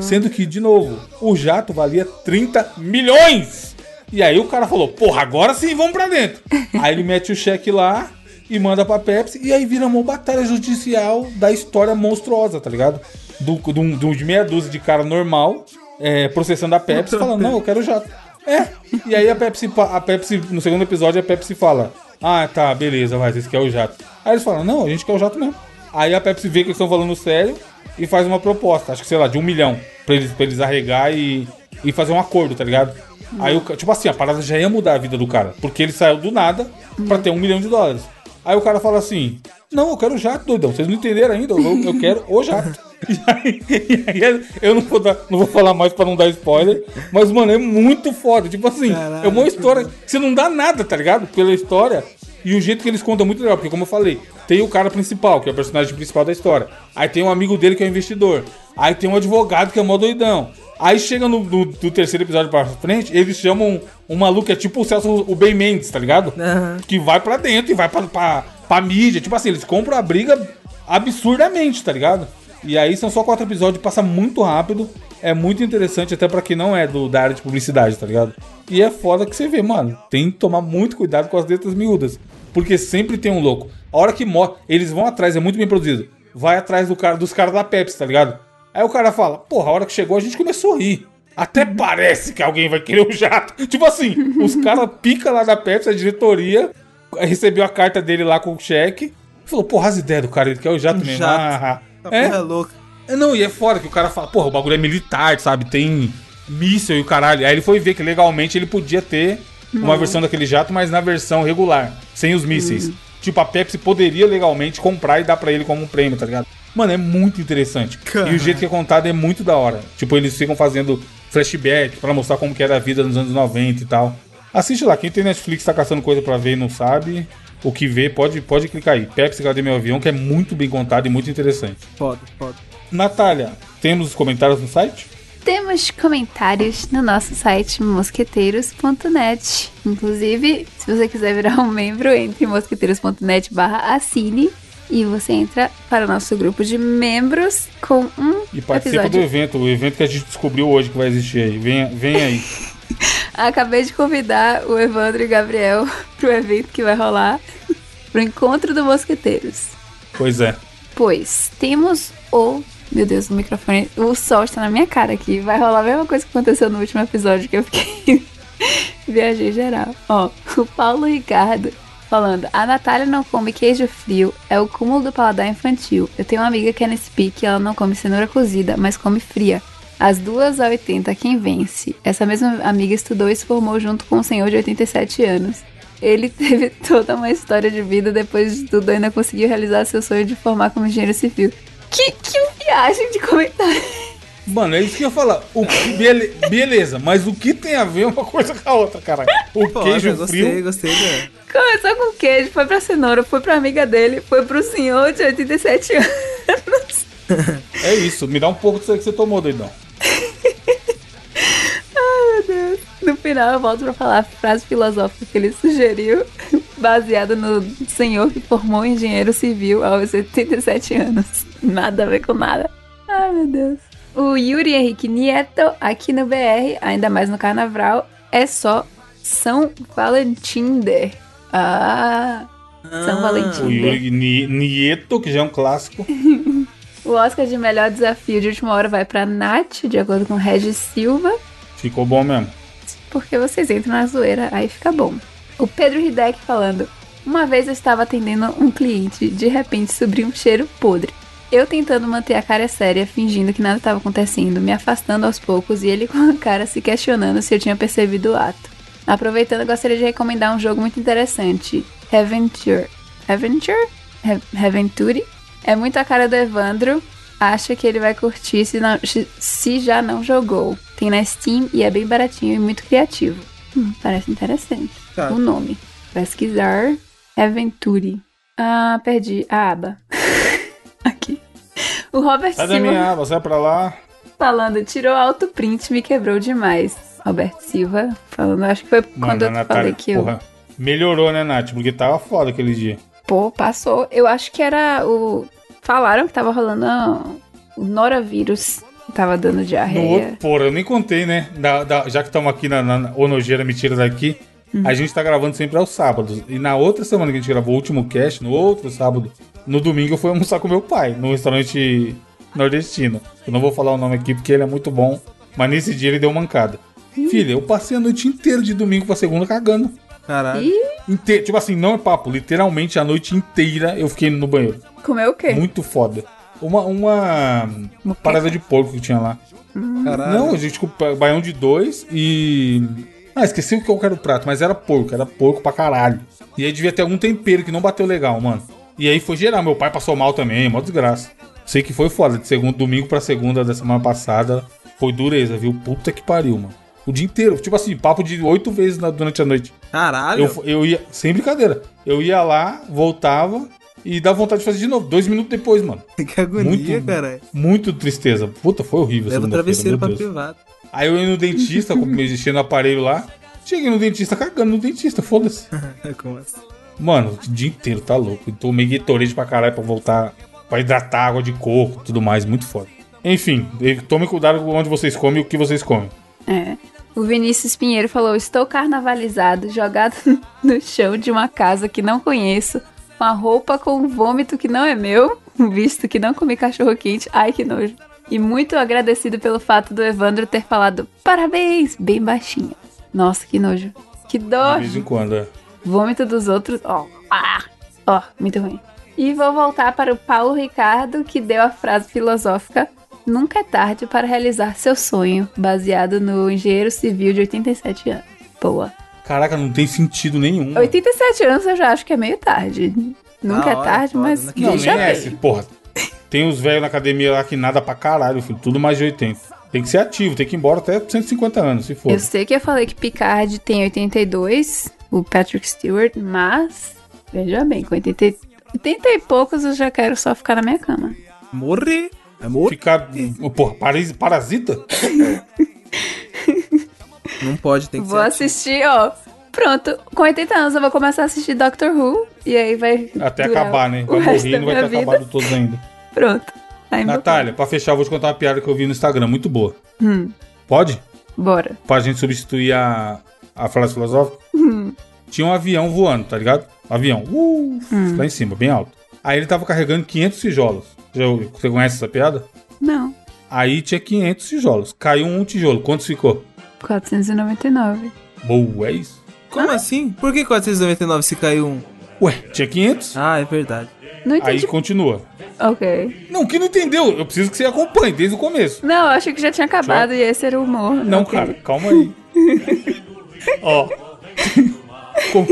Sendo que, de novo, o jato valia 30 milhões. E aí o cara falou, porra, agora sim, vamos pra dentro. aí ele mete o cheque lá e manda pra Pepsi. E aí vira uma batalha judicial da história monstruosa, tá ligado? Do, do, do- de meia dúzia de cara normal é, processando a Pepsi, falando, não, eu quero o jato. É, e aí a Pepsi, pa- a Pepsi, no segundo episódio, a Pepsi fala, ah, tá, beleza, mas esse quer o jato. Aí eles falam, não, a gente quer o jato mesmo. Aí a Pepsi vê que eles estão falando sério e faz uma proposta, acho que sei lá, de um milhão, pra eles, pra eles arregar e, e fazer um acordo, tá ligado? Aí, o, ca- tipo assim, a parada já ia mudar a vida do cara, porque ele saiu do nada pra ter um milhão de dólares. Aí o cara fala assim: Não, eu quero o jato, doidão, vocês não entenderam ainda, eu, eu quero o jato. E aí, e aí, eu não vou, dar- não vou falar mais pra não dar spoiler, mas, mano, é muito foda. Tipo assim, é uma história que você não dá nada, tá ligado? Pela história, e o jeito que eles contam é muito legal, porque como eu falei, tem o cara principal, que é o personagem principal da história. Aí tem um amigo dele que é o investidor. Aí tem um advogado que é mó doidão. Aí chega no, no- do terceiro episódio pra frente, eles chamam um, maluco que é tipo o Celso o Ben Mendes, tá ligado? Que vai pra dentro e vai pra, pra, pra mídia. Tipo assim, eles compram a briga absurdamente, tá ligado? E aí são só quatro episódios, passa muito rápido. É muito interessante até pra quem não é do, da área de publicidade, tá ligado? E é foda que você vê, mano. Tem que tomar muito cuidado com as letras miúdas. Porque sempre tem um louco. A hora que morre, eles vão atrás, é muito bem produzido. Vai atrás do cara, dos caras da Pepsi, tá ligado? Aí o cara fala, porra, a hora que chegou a gente começou a rir. Até parece que alguém vai querer o jato. Tipo assim, os caras pica lá da Pepsi, a diretoria, recebeu a carta dele lá com o cheque. Falou, porra, as ideias do cara, ele quer o jato Um mesmo. jato. Ah, ah, Tá ah. É? porra louca. É, Não, e é fora que o cara fala, porra, o bagulho é militar, sabe? Tem míssil e o caralho. Aí ele foi ver que legalmente ele podia ter uma versão daquele jato, mas na versão regular, sem os mísseis. Tipo, a Pepsi poderia legalmente comprar e dar pra ele como um prêmio, tá ligado? Mano, é muito interessante. E o jeito que é contado é muito da hora. Tipo, eles ficam fazendo flashback pra mostrar como que era a vida nos anos 90 e tal. Assiste lá, quem tem Netflix tá caçando coisa pra ver e não sabe, o que vê, pode, pode clicar aí. Pepsi Cadê Meu Avião, que é muito bem contado e muito interessante. Foda, foda. Natália, temos os comentários no site? temos comentários no nosso site mosqueteiros.net. Inclusive, se você quiser virar um membro, entre em mosqueteiros.net barra assine e você entra para o nosso grupo de membros com um E participa episódio do evento, o evento que a gente descobriu hoje que vai existir aí. Vem, vem [LAUGHS] aí. Acabei de convidar o Evandro e o Gabriel [LAUGHS] pro evento que vai rolar [LAUGHS] pro encontro do Mosqueteiros. pois é. Pois temos o. Meu Deus, o microfone. O sol está na minha cara aqui. Vai rolar a mesma coisa que aconteceu no último episódio que eu fiquei. [LAUGHS] Viajei geral. Ó, o Paulo Ricardo falando: A Natália não come queijo frio, é o cúmulo do paladar infantil. Eu tenho uma amiga que é nesse pique, ela não come cenoura cozida, mas come fria. As duas a 80, quem vence? Essa mesma amiga estudou e se formou junto com um senhor de 87 anos. Ele [LAUGHS] teve toda uma história de vida, depois de tudo ainda conseguiu realizar seu sonho de formar como engenheiro civil. Que, que viagem de comentário! [LAUGHS] Mano, é isso que eu ia falar. O que- bele- beleza, mas o que tem a ver uma coisa com a outra, caralho? O Foda, queijo é gostei, frio. gostei. né? Começou com queijo, foi pra cenoura, foi pra amiga dele, foi pro senhor de 87 anos. É isso, me dá um pouco disso aí que você tomou, doidão. No final eu volto pra falar a frase filosófica que ele sugeriu. [LAUGHS] baseada no senhor que formou engenheiro civil aos 77 anos. Nada a ver com nada. Ai, meu Deus. O Yuri Henrique Nieto, aqui no BR, ainda mais no carnaval, é só São Valentinder. Ah, São O Valentinder. Yuri Ni- Nieto, que já é um clássico. O Oscar de melhor desafio de última hora vai pra Nath, de acordo com Regis Silva. Ficou bom mesmo. porque vocês entram na zoeira, aí fica bom. O Pedro Hideck falando: Uma vez eu estava atendendo um cliente, de repente subi um cheiro podre. Eu tentando manter a cara séria, fingindo que nada estava acontecendo, me afastando aos poucos e ele [LAUGHS] com a cara se questionando se eu tinha percebido o ato. Aproveitando, eu gostaria de recomendar um jogo muito interessante: Adventure. Adventure? Reventure? É muito a cara do Evandro. Acha que ele vai curtir se, não- se já não jogou. Tem na Steam e é bem baratinho e muito criativo. Hum, parece interessante. Tá. O nome. Pesquisar. Adventure. Ah, perdi a aba. [LAUGHS] Aqui. O Robert Sai da Silva minha aba, sai pra lá. falando, tirou alto print, me quebrou demais. Roberto Silva falando, acho que foi quando Mano, a eu falei Natália, que eu porra. Melhorou, né, Nath? Porque tava foda aquele dia. Pô, passou. Eu acho que era o. Falaram que tava rolando ah, o noravírus. que Tava dando No diarreia. outro, porra, eu nem contei, né? Da- da- já que estamos aqui na, na, na Onojeira Mentiras aqui, a gente tá gravando sempre aos sábados. E na outra semana que a gente gravou o último cast, no outro sábado, no domingo eu fui almoçar com meu pai, num restaurante nordestino. Eu não vou falar o nome aqui porque ele é muito bom, mas nesse dia ele deu mancada. Filha, eu passei a noite inteira de domingo pra segunda cagando. Caralho. E Inte- tipo assim, não é papo, literalmente a noite inteira eu fiquei no banheiro. comeu o quê? Muito foda. Uma, uma parada de porco que tinha lá. Caralho. Não, a gente com baião de dois e. Ah, esqueci o que eu quero prato, mas era porco, era porco pra caralho. E aí devia ter algum tempero que não bateu legal, mano. E aí foi geral, meu pai passou mal também, mó desgraça. Sei que foi foda, de segunda, domingo pra segunda da semana passada, foi dureza, viu? Puta que pariu, mano. O dia inteiro, tipo assim, papo de oito vezes na- durante a noite. Caralho. Eu, eu ia, sem brincadeira, eu ia lá, voltava e dava vontade de fazer de novo, dois minutos depois, mano. [LAUGHS] Que agonia, Muito- caralho. Muito tristeza. Puta, foi horrível. Leva o segunda-feira, meu travesseiro pra Deus. privado. Aí eu ia no dentista, com- mexendo no aparelho lá. Cheguei no dentista cagando no dentista, foda-se. [LAUGHS] Como assim? Mano, o dia inteiro tá louco. Eu Tomei Gatorade pra caralho pra voltar, pra hidratar água de coco e tudo mais, muito foda. Enfim, eh, tome cuidado com onde vocês comem e o que vocês comem. É. O Vinícius Pinheiro falou: Estou carnavalizado, jogado [LAUGHS] no chão de uma casa que não conheço, uma roupa com um vômito que não é meu, visto que não comi cachorro quente. Ai, que nojo. E muito agradecido pelo fato do Evandro ter falado parabéns, bem baixinho. Nossa, que nojo. Que De dó. vez em quando, é. Vômito dos outros, ó. Ah, ó, muito ruim. E vou voltar para o Paulo Ricardo, que deu a frase filosófica: Nunca é tarde para realizar seu sonho, baseado no engenheiro civil de 87 anos. Boa. Caraca, não tem sentido Hum. nenhum. 87 anos eu já acho que é meio tarde. Nunca Da é hora, tarde, foda, mas né? Não, nem deixa é bem. esse, porra. Tem uns velhos na academia lá que nada pra caralho, filho. Tudo mais de 80. Tem que ser ativo, tem que ir embora até 150 anos, se for. Eu sei que eu falei que Picard tem 82, o Patrick Stewart, mas veja bem, com 80, 80 e poucos eu já quero só ficar na minha cama. Morre. É morrer. Ficar. Porra, parasi- parasita? Não pode, tem que Vou ser. assistir, ó. Pronto, com 80 anos eu vou começar a assistir Doctor Who. E aí vai. Até durar acabar, né? o Vai resto morrer e da não vai minha ter vida. É acabado todos ainda. Pronto. Aí, meu- Natália, pra fechar, eu vou te contar uma piada que eu vi no Instagram, muito boa. Hum. Pode? Bora. Pra gente substituir a, a frase filosófica? Hum. Tinha um avião voando, tá ligado? Um avião. Uh, Hum. Lá em cima, bem alto. Aí ele tava carregando 500 tijolos. Já- Você conhece essa piada? Não. Aí tinha 500 tijolos. Caiu um tijolo. Quantos ficou? 499. Boa, é isso? Como assim? Por que 499 se caiu um? Ué, tinha 500? Ah, é verdade. Não Aí entendi. continua. Ok. Não, que não entendeu. Eu preciso que você acompanhe desde o começo. Não, eu achei que já tinha acabado e esse era o humor. Não, Ok. cara, calma [LAUGHS] aí. Ó. como,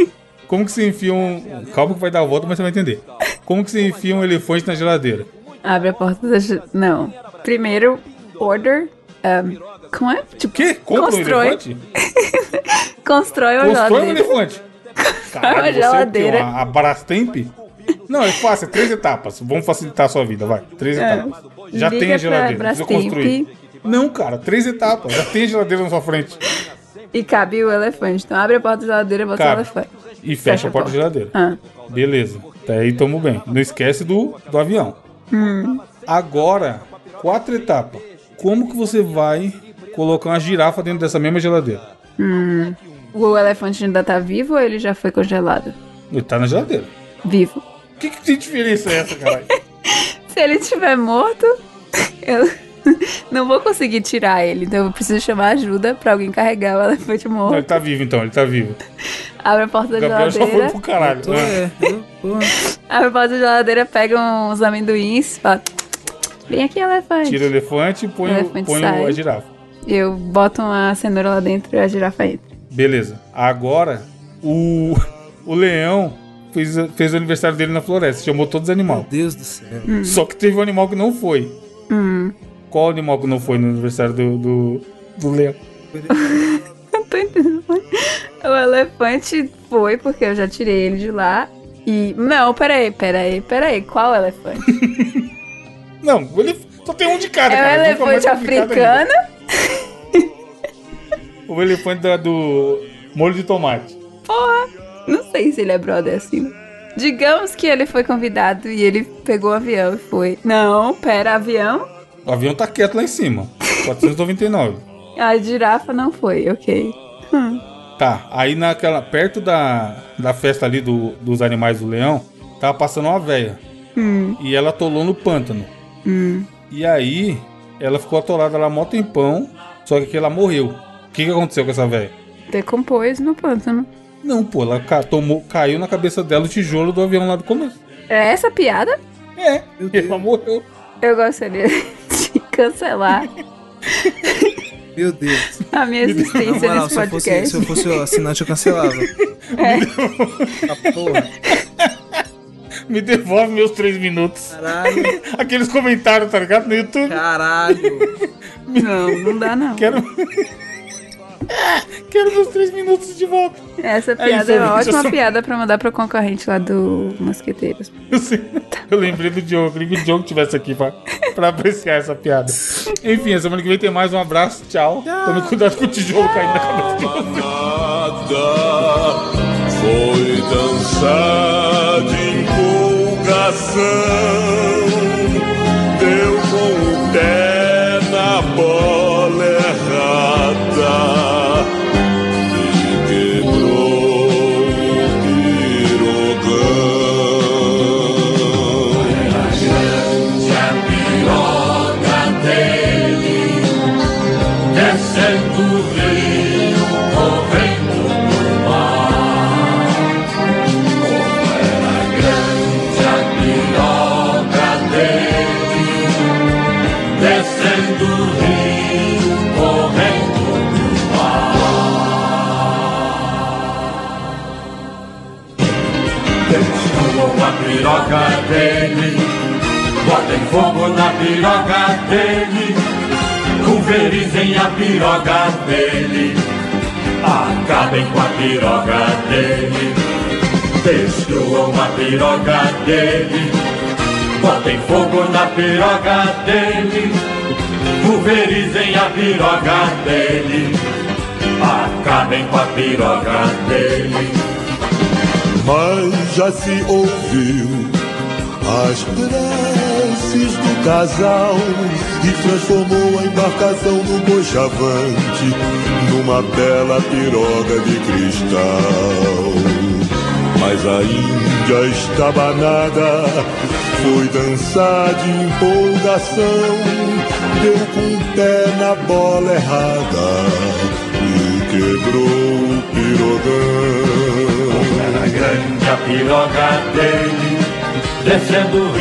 como que se enfia um. Calma que vai dar a volta, mas você vai entender. Como que se enfia um elefante na geladeira? Abre a porta da. ge- Não. Primeiro, order. um, como é? Tipo, Quê? Compra Constrói. um elefante? Constrói Constrói uma um geladeira. [LAUGHS] elefante. Uma Caralho, você é o quê? geladeira. Uma, a Brastemp? Não, é fácil, é três etapas. Vamos facilitar a sua vida, vai. Três etapas. Já É. Liga tem a pra geladeira, precisa Brastemp. construir. Não, cara, três etapas. Já tem a geladeira na sua frente. E cabe o elefante. Então abre a porta da geladeira e bota Cabe. o elefante. e fecha a porta da geladeira. Ah, Beleza. Até aí tamo bem. Não esquece do, do avião. Hum. Agora, quatro etapas. Como que você vai colocar uma girafa dentro dessa mesma geladeira? o elefante ainda tá vivo ou ele já foi congelado? Ele tá na geladeira. Vivo. Que, que tem diferença é essa, [LAUGHS] caralho? Se ele estiver morto, [LAUGHS] eu não vou conseguir tirar ele. Então eu preciso chamar ajuda pra alguém carregar o elefante Não, morto. ele tá vivo então, ele tá vivo. Abre a porta da O Tá. Gabriel já foi geladeira. pro caralho. Tô, né? é, eu- porra. Abre a porta da geladeira, pega uns amendoins, fala. Vem aqui, elefante. Tira o elefante e põe, O o- elefante põe o- sai. a girafa. Eu boto uma cenoura lá dentro e a girafa [LAUGHS] entra. Beleza. Agora, o, [LAUGHS] o leão fez, fez o aniversário dele na floresta. Chamou todos os animais. Meu Deus do céu. Só que teve um animal que não foi. Hum. Qual animal que não foi no aniversário do, do, do leão? Não tô entendendo. O elefante foi, porque eu já tirei ele de lá. E. Não, peraí, peraí, peraí. [LAUGHS] Qual elefante? Não, ele só tem um de cada, É cara. o Fica mais elefante complicado ainda. africano? O elefante da- do molho de tomate. Porra! Não sei se ele é brother assim. Digamos que ele foi convidado e ele pegou o avião e foi. Não, pera, avião? O avião tá quieto lá em cima. 499. A girafa não foi, ok. Hum, Tá, aí naquela. Perto da, da festa ali do, dos animais do leão, tava passando uma véia. Hum. E ela atolou no pântano. E aí, ela ficou atolada lá mó tempão. Só que aqui ela morreu. O que, que aconteceu com essa véia? Decompôs no pântano. Não, pô, ela ca- tomou, caiu na cabeça dela o tijolo do avião lá do começo. É essa a piada? É, ela morreu. Eu gostaria de [LAUGHS] cancelar Meu Deus. a minha Na existência moral, nesse se eu, fosse, podcast. se eu fosse o assinante, [LAUGHS] eu cancelava. É. Ah, porra. Me devolve meus três minutos. Caralho, Aqueles comentários, tá ligado? No YouTube. caralho. Não, não dá não. Quero. Quero meus três minutos de volta. Essa É isso piada é, aí, uma deixa eu ótima só- piada pra mandar pro concorrente lá do Mosqueteiros. Eu, sei. Eu lembrei do Diogo. Eu queria que o Diogo estivesse aqui pra, pra apreciar essa piada. Enfim, semana que vem tem mais. Um abraço, tchau. Tome cuidado com o tijolo caindo na cabeça de vocês. Nada foi dançar de empolgação. Deu com o pé na bola errada e quebrou o pirogão. Mas já se ouviu as preces do casal e transformou a embarcação do Cochavante numa bela piroga de cristal. Mas a Índia estabanada foi dançar de empolgação, deu com o pé na bola errada e quebrou o pirogão. é descendo o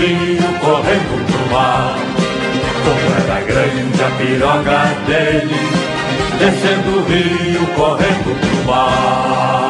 rio, correndo pro mar.